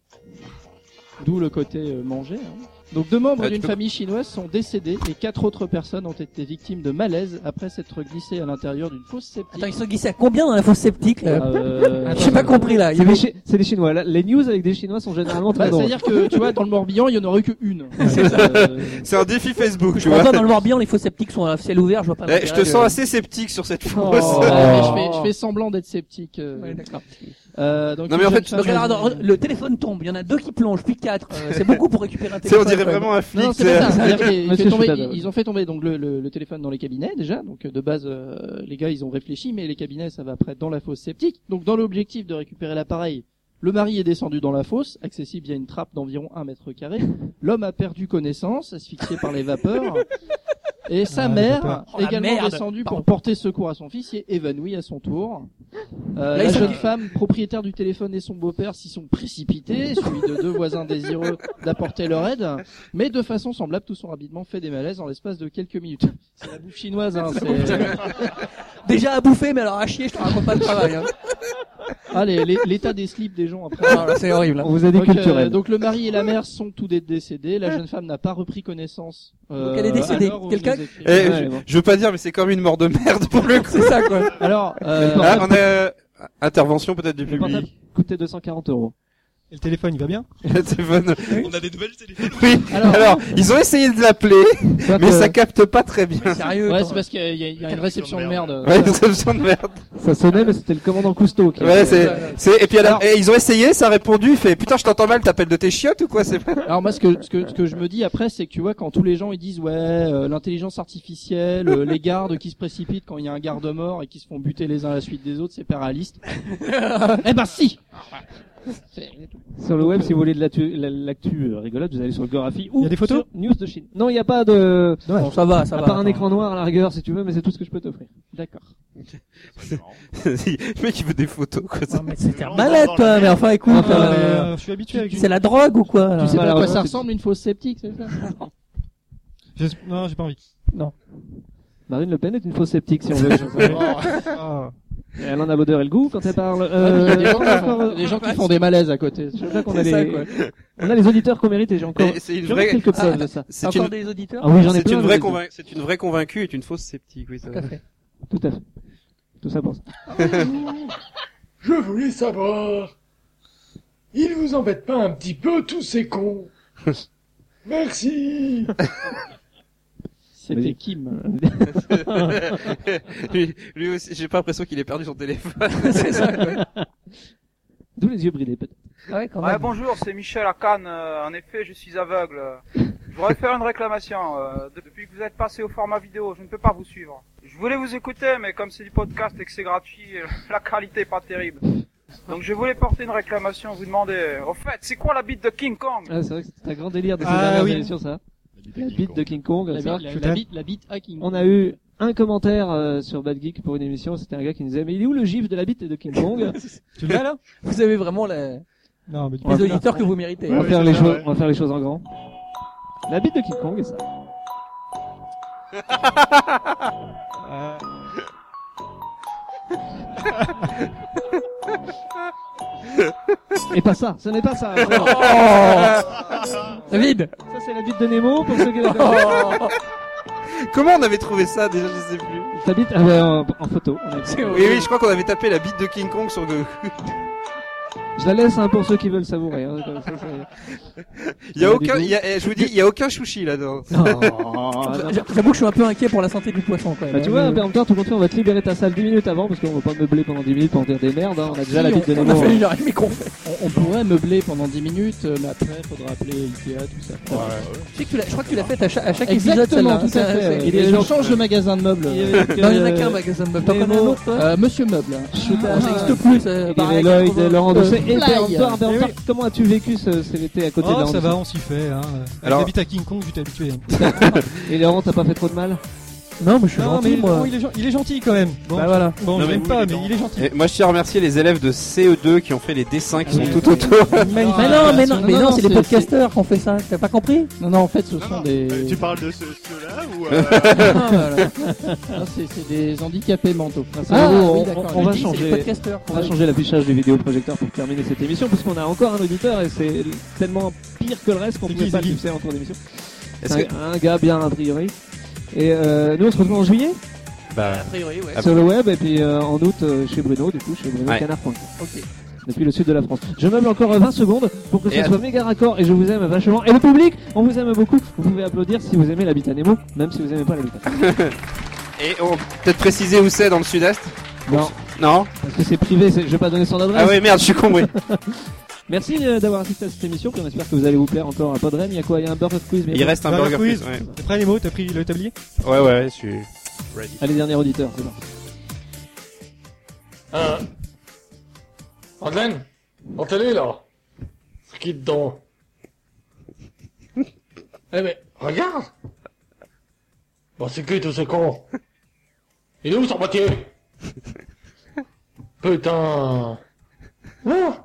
Speaker 4: d'où le côté euh, manger. hein. Donc deux membres
Speaker 2: Euh, tu
Speaker 4: d'une
Speaker 2: peux-
Speaker 4: famille chinoise sont décédés et quatre autres personnes ont été victimes de malaise après s'être glissées à l'intérieur d'une fosse septique.
Speaker 3: Attends, ils se glissés à combien dans la fosse sceptique là
Speaker 1: Euh,
Speaker 3: J'ai pas compris là. Il y
Speaker 1: C'est
Speaker 3: avait-
Speaker 1: des, Chi- c'est des Chinois. Là, les news avec des Chinois sont généralement
Speaker 4: Bah,
Speaker 1: très drôles.
Speaker 4: C'est-à-dire que tu vois dans le Morbihan il y en aurait que une. Euh,
Speaker 2: C'est un défi Facebook,
Speaker 3: Je
Speaker 2: tu
Speaker 3: vois
Speaker 2: vois.
Speaker 3: pas dans le Morbihan, les fosses sceptiques sont à ciel ouvert, je vois pas.
Speaker 2: Eh, je te
Speaker 3: l'intérêt
Speaker 2: sens
Speaker 3: de-
Speaker 2: assez sceptique sur cette
Speaker 4: Oh,
Speaker 2: fausse.
Speaker 4: mais je, fais, je fais semblant d'être sceptique. euh.
Speaker 3: Ouais, d'accord.
Speaker 4: Euh, donc
Speaker 2: Oh. Non,
Speaker 4: une
Speaker 2: mais en
Speaker 4: jeune
Speaker 2: fait,
Speaker 4: femme-
Speaker 3: Donc, alors, attends, le téléphone tombe, il y en a deux qui plongent, puis quatre. Euh, c'est beaucoup pour récupérer un
Speaker 2: Tu sais,
Speaker 3: téléphone.
Speaker 2: on dirait
Speaker 3: quand même.
Speaker 2: vraiment un
Speaker 4: Non,
Speaker 2: flic.
Speaker 4: non, c'est pas ça.
Speaker 2: c'est-
Speaker 4: C'est-à-dire qu'ils-
Speaker 1: Monsieur
Speaker 4: fait tomber-
Speaker 1: Schuttad.
Speaker 4: ils- ils ont fait tomber donc le, le- le téléphone dans les cabinets déjà. Donc euh, de base, euh, les gars, ils ont réfléchi, mais les cabinets, ça va après dans la fosse sceptique. Donc dans l'objectif de récupérer l'appareil, le mari est descendu dans la fosse, accessible via une trappe d'environ un mètre carré. L'homme a perdu connaissance, asphyxié par les vapeurs. Et sa
Speaker 5: Ah, les
Speaker 4: mère,
Speaker 5: vapeurs.
Speaker 3: Oh, la
Speaker 4: également
Speaker 3: merde.
Speaker 4: descendue
Speaker 3: Pardon.
Speaker 4: pour porter secours à son fils, est évanouie à son tour.
Speaker 3: Là,
Speaker 4: Euh, la
Speaker 3: ils sont-
Speaker 4: jeune femme, propriétaire du téléphone et son beau-père s'y sont précipités, suivis de deux voisins désireux d'apporter leur aide. Mais de façon semblable, tous ont rapidement fait des malaises en l'espace de quelques minutes. C'est la bouffe chinoise, hein. c'est-
Speaker 3: Déjà à bouffer, mais alors à chier, je te raconte pas le travail. Hein.
Speaker 4: Ah, les- les- l'état des slips des gens après.
Speaker 3: Ah, là, c'est horrible. hein.
Speaker 1: On vous a dit
Speaker 4: Donc, euh,
Speaker 1: culturel.
Speaker 4: donc le mari et la mère sont tous deux décédés. La jeune femme n'a pas repris connaissance. euh,
Speaker 3: Donc elle est décédée.
Speaker 4: à l'heure où
Speaker 3: Quelqu'un-
Speaker 4: je vous écris.
Speaker 2: Eh,
Speaker 1: Ouais,
Speaker 2: je,
Speaker 1: bon.
Speaker 2: je veux pas dire, mais c'est comme une mort de merde pour le coup.
Speaker 3: C'est ça quoi.
Speaker 4: Alors, euh,
Speaker 2: Ah, on a euh, intervention peut-être du
Speaker 1: Le portable
Speaker 2: public.
Speaker 1: coûtait 240 euros.
Speaker 5: Et le téléphone, il va bien
Speaker 2: Stéphane.
Speaker 10: On a des nouvelles téléphones.
Speaker 2: Oui.
Speaker 4: Alors-
Speaker 2: Alors, ils ont essayé de l'appeler,
Speaker 1: Soit,
Speaker 2: mais
Speaker 1: euh,
Speaker 2: ça capte pas très bien.
Speaker 3: Sérieux.
Speaker 4: ouais,
Speaker 3: attends.
Speaker 4: c'est parce qu'il y, a- il y a- il y a une réception de merde.
Speaker 2: Ouais, une réception de merde.
Speaker 1: ça sonnait, mais c'était le commandant Cousteau qui.
Speaker 2: Ouais, c'est, c'est, et puis elle a-
Speaker 4: Alors-
Speaker 2: et ils ont essayé, ça a répondu, il fait, putain, je t'entends mal, t'appelles de tes chiottes ou quoi, c'est pas...
Speaker 4: Alors moi, ce que, ce que ce que je me dis après, c'est que tu vois quand tous les gens ils disent ouais euh, l'intelligence artificielle, euh, les gardes qui se précipitent quand il y a un garde mort et qui se font buter les uns à la suite des autres, c'est pénaliste. eh ben si.
Speaker 1: Sur le web, si vous voulez de l'actu- la- l'actu euh, rigolote, vous allez sur le Gorafi ou
Speaker 5: Il y a des photos
Speaker 1: sur News de Chine. Non, il n'y a pas de.
Speaker 3: Bon, ça va, ça
Speaker 1: à
Speaker 3: va.
Speaker 1: part un
Speaker 3: Ah, attends.
Speaker 1: écran noir à la rigueur, si tu veux, mais c'est tout ce que je peux t'offrir.
Speaker 4: D'accord.
Speaker 7: C'est marrant.
Speaker 2: le mec, il veut des photos, quoi.
Speaker 3: Ouais, mais c'est un
Speaker 7: Dans-
Speaker 3: malade
Speaker 7: dans la
Speaker 3: toi, mais
Speaker 7: merde.
Speaker 3: enfin écoute,
Speaker 5: Enfin,
Speaker 3: euh,
Speaker 5: mais, euh, Je suis habitué avec.
Speaker 3: c'est la drogue ou quoi alors
Speaker 4: Tu sais
Speaker 1: Voilà,
Speaker 4: pas à quoi
Speaker 1: voilà,
Speaker 4: ça
Speaker 1: c'est-
Speaker 4: ressemble une fausse sceptique, c'est ça
Speaker 5: Je- Non, j'ai pas envie.
Speaker 1: Marine Le Pen est une fausse sceptique, si on veut.
Speaker 5: Ah.
Speaker 1: Et elle en a l'odeur et le goût quand elle parle.
Speaker 4: Ah, Il y a
Speaker 1: Euh,
Speaker 4: des gens qui font-
Speaker 1: encore-
Speaker 4: des gens qui font des malaises à côté.
Speaker 1: je crois qu'on a
Speaker 3: C'est ça,
Speaker 1: les-
Speaker 3: quoi.
Speaker 1: on a les auditeurs qu'on mérite et j'ai encore
Speaker 2: Et c'est une
Speaker 1: j'ai
Speaker 2: vraie,
Speaker 1: encore quelques preuves de ça.
Speaker 2: c'est
Speaker 3: Encore
Speaker 2: une,
Speaker 3: des auditeurs
Speaker 1: Ah oui, j'en ai
Speaker 2: c'est
Speaker 1: plein.
Speaker 2: une
Speaker 1: mais-
Speaker 2: vraie convain- c'est une vraie convaincue et une fausse sceptique, oui, ça va.
Speaker 1: Tout à fait. Tout ça pour ça.
Speaker 6: Je voulais savoir. Il vous embête pas un petit peu tous ces cons Merci
Speaker 4: C'était
Speaker 1: Oui.
Speaker 4: Kim.
Speaker 2: lui, lui aussi, j'ai pas l'impression qu'il ait perdu son téléphone.
Speaker 3: c'est ça.
Speaker 1: D'où les yeux brillés peut-être.
Speaker 3: Ah ouais, quand
Speaker 12: Ouais,
Speaker 3: même.
Speaker 12: Bah, bonjour, c'est Michel à Cannes. Euh, En effet, je suis aveugle. Je voudrais faire une réclamation. Euh, de- Depuis que vous êtes passé au format vidéo, je ne peux pas vous euh, suivre. Je voulais vous écouter, mais comme c'est du podcast et que c'est gratuit, la qualité est pas terrible. Donc je voulais porter une réclamation, vous demander, au fait, c'est quoi la bite de King Kong
Speaker 1: Ah, c'est vrai que c'était un grand délire de ces
Speaker 12: Ah,
Speaker 1: dernières
Speaker 12: oui.
Speaker 1: émissions, ça. La bite de King Kong,
Speaker 4: La
Speaker 1: ça.
Speaker 4: bite- la- la bite- la bite à King Kong.
Speaker 1: On a eu un commentaire euh, sur Bad Geek pour une émission, c'était un gars qui nous disait, mais il est où le gif de la bite de King Kong
Speaker 5: Tu l'as, là
Speaker 3: Vous avez vraiment la...
Speaker 5: Non, mais tu
Speaker 3: les
Speaker 5: peux-
Speaker 3: auditeurs que vous méritez. hein.
Speaker 1: On va, faire les choses, on va faire les choses en grand. La bite de King Kong, ça. Et pas ça, ce n'est pas ça.
Speaker 3: Oh David Oh,
Speaker 1: Ça c'est la bite de Nemo pour ceux qui la
Speaker 2: Comment on avait trouvé ça déjà Je sais plus.
Speaker 1: Ta bite ah ouais, en, en photo. on a-
Speaker 2: Oui, oui, je crois qu'on avait tapé la bite de King Kong sur Google.
Speaker 1: Je la laisse hein, pour ceux qui veulent savourer. hein, comme ça, c'est-
Speaker 2: Il y a aucun, il y a- eh, je vous dis, il y a aucun chouchi là-dedans.
Speaker 3: J'avoue que je suis un peu inquiet pour la santé du poisson quand même.
Speaker 1: Ah, Bah, tu vois, mais en même temps, tout compte fait, on va te libérer ta salle 10 minutes avant parce qu'on va pas meubler pendant 10 minutes pour dire des merdes. hein, On a déjà la bite de Nemo. hein.
Speaker 4: On, on pourrait meubler pendant 10 minutes, euh, mais après, faudra appeler Ikea, tout ça.
Speaker 3: Je, sais que tu l'as- je crois que tu l'as faite à, chaque- à chaque
Speaker 4: Exactement,
Speaker 3: épisode.
Speaker 4: tout à fait.
Speaker 3: Il
Speaker 4: Il est- change de magasin de meubles.
Speaker 3: Il y avait donc, Non, il y en a euh, qu'un, magasin de meubles. T'en connais un autre, toi
Speaker 4: Euh, Monsieur Meuble.
Speaker 3: Ah, ça existe plus. euh,
Speaker 1: Il y avait
Speaker 3: pareil,
Speaker 1: Lloyd,
Speaker 3: euh,
Speaker 1: Laurent Dosset et
Speaker 3: Fly.
Speaker 1: Bernard.
Speaker 5: Eh oui.
Speaker 1: Bernard, comment as-tu vécu ce, cet été à côté de
Speaker 5: Oh,
Speaker 1: Laurent
Speaker 5: ça va,
Speaker 1: Dosset
Speaker 5: on s'y fait. Hein.
Speaker 1: Alors-
Speaker 5: Alors... J'habite à King Kong, tu t'es habitué. hein.
Speaker 1: Et Laurent, t'as pas fait trop de mal
Speaker 3: Non, mais je
Speaker 5: non, mais bon, il, est, gen- il est gentil quand même. Bon,
Speaker 1: Bah voilà.
Speaker 5: Bon,
Speaker 1: Non,
Speaker 5: je
Speaker 1: mais
Speaker 5: l'aime
Speaker 1: oui,
Speaker 5: pas,
Speaker 1: il est
Speaker 5: mais il est gentil.
Speaker 2: Et moi, je tiens à remercier les élèves de CE2 qui ont fait les dessins qui sont tout autour.
Speaker 3: Mais Ah, non, mais non, mais non, c'est les podcasteurs qui ont fait ça. T'as pas compris
Speaker 4: Non, non, en fait, ce sont des.
Speaker 7: Euh, Tu parles de ce, ceux-là ou
Speaker 4: Non,
Speaker 7: euh...
Speaker 4: voilà. Non, c'est- c'est des handicapés mentaux.
Speaker 1: Ah,
Speaker 4: oui,
Speaker 1: on,
Speaker 4: d'accord.
Speaker 1: on
Speaker 4: Le
Speaker 1: va
Speaker 4: dit, c'est les
Speaker 1: changer,
Speaker 4: podcasteurs.
Speaker 1: on va changer l'affichage du vidéoprojecteur pour terminer cette émission, parce qu'on a encore un auditeur et c'est tellement pire que le reste qu'on
Speaker 5: C'est
Speaker 1: pouvait
Speaker 5: qui,
Speaker 1: pas
Speaker 5: c'est
Speaker 1: le
Speaker 5: qui
Speaker 1: faire en cours d'émission.
Speaker 2: Est-ce
Speaker 1: C'est
Speaker 2: que-
Speaker 1: un, un gars bien a priori. Et euh, nous on se retrouve en juillet
Speaker 2: Bah,
Speaker 1: sur le web et puis euh, en août euh, chez Bruno, du coup chez Bruno
Speaker 2: Ouais.
Speaker 1: Canard.com. Depuis le sud de la France. Je meuble encore euh, 20 secondes pour que
Speaker 2: Et
Speaker 1: ce
Speaker 2: att-
Speaker 1: soit méga raccord et je vous aime vachement. Et le public, on vous aime beaucoup. Vous pouvez applaudir si vous aimez l'habitat Nemo, même si vous aimez pas l'habitat.
Speaker 2: Et on peut peut-être préciser où c'est dans le sud-est
Speaker 1: Non.
Speaker 2: Non
Speaker 1: Parce que c'est privé, c'est- je vais pas donner son adresse.
Speaker 2: Ah oui, merde, je suis con, oui.
Speaker 1: Merci euh, d'avoir assisté à cette émission, puis on espère que vous allez vous plaire encore à Podren. Il y a quoi Il y a un burger quiz.
Speaker 2: Il reste un
Speaker 1: burger
Speaker 2: burger quiz. ouais.
Speaker 5: T'as pris les mots, t'as pris le tablier
Speaker 2: Ouais, ouais, je suis ready.
Speaker 1: Allez, dernier auditeur, c'est bon.
Speaker 6: Hein Madeleine On télé là Quitte donc Eh mais, regarde Bah c'est qui tout ce con Il est où son boîtier Putain Non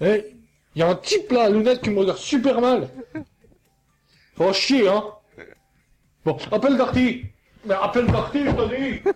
Speaker 6: Eh Il y a un type là, à lunettes, qui me regarde super mal Faut chier, hein Bon, appelle Darty Mais appelle Darty, je te dis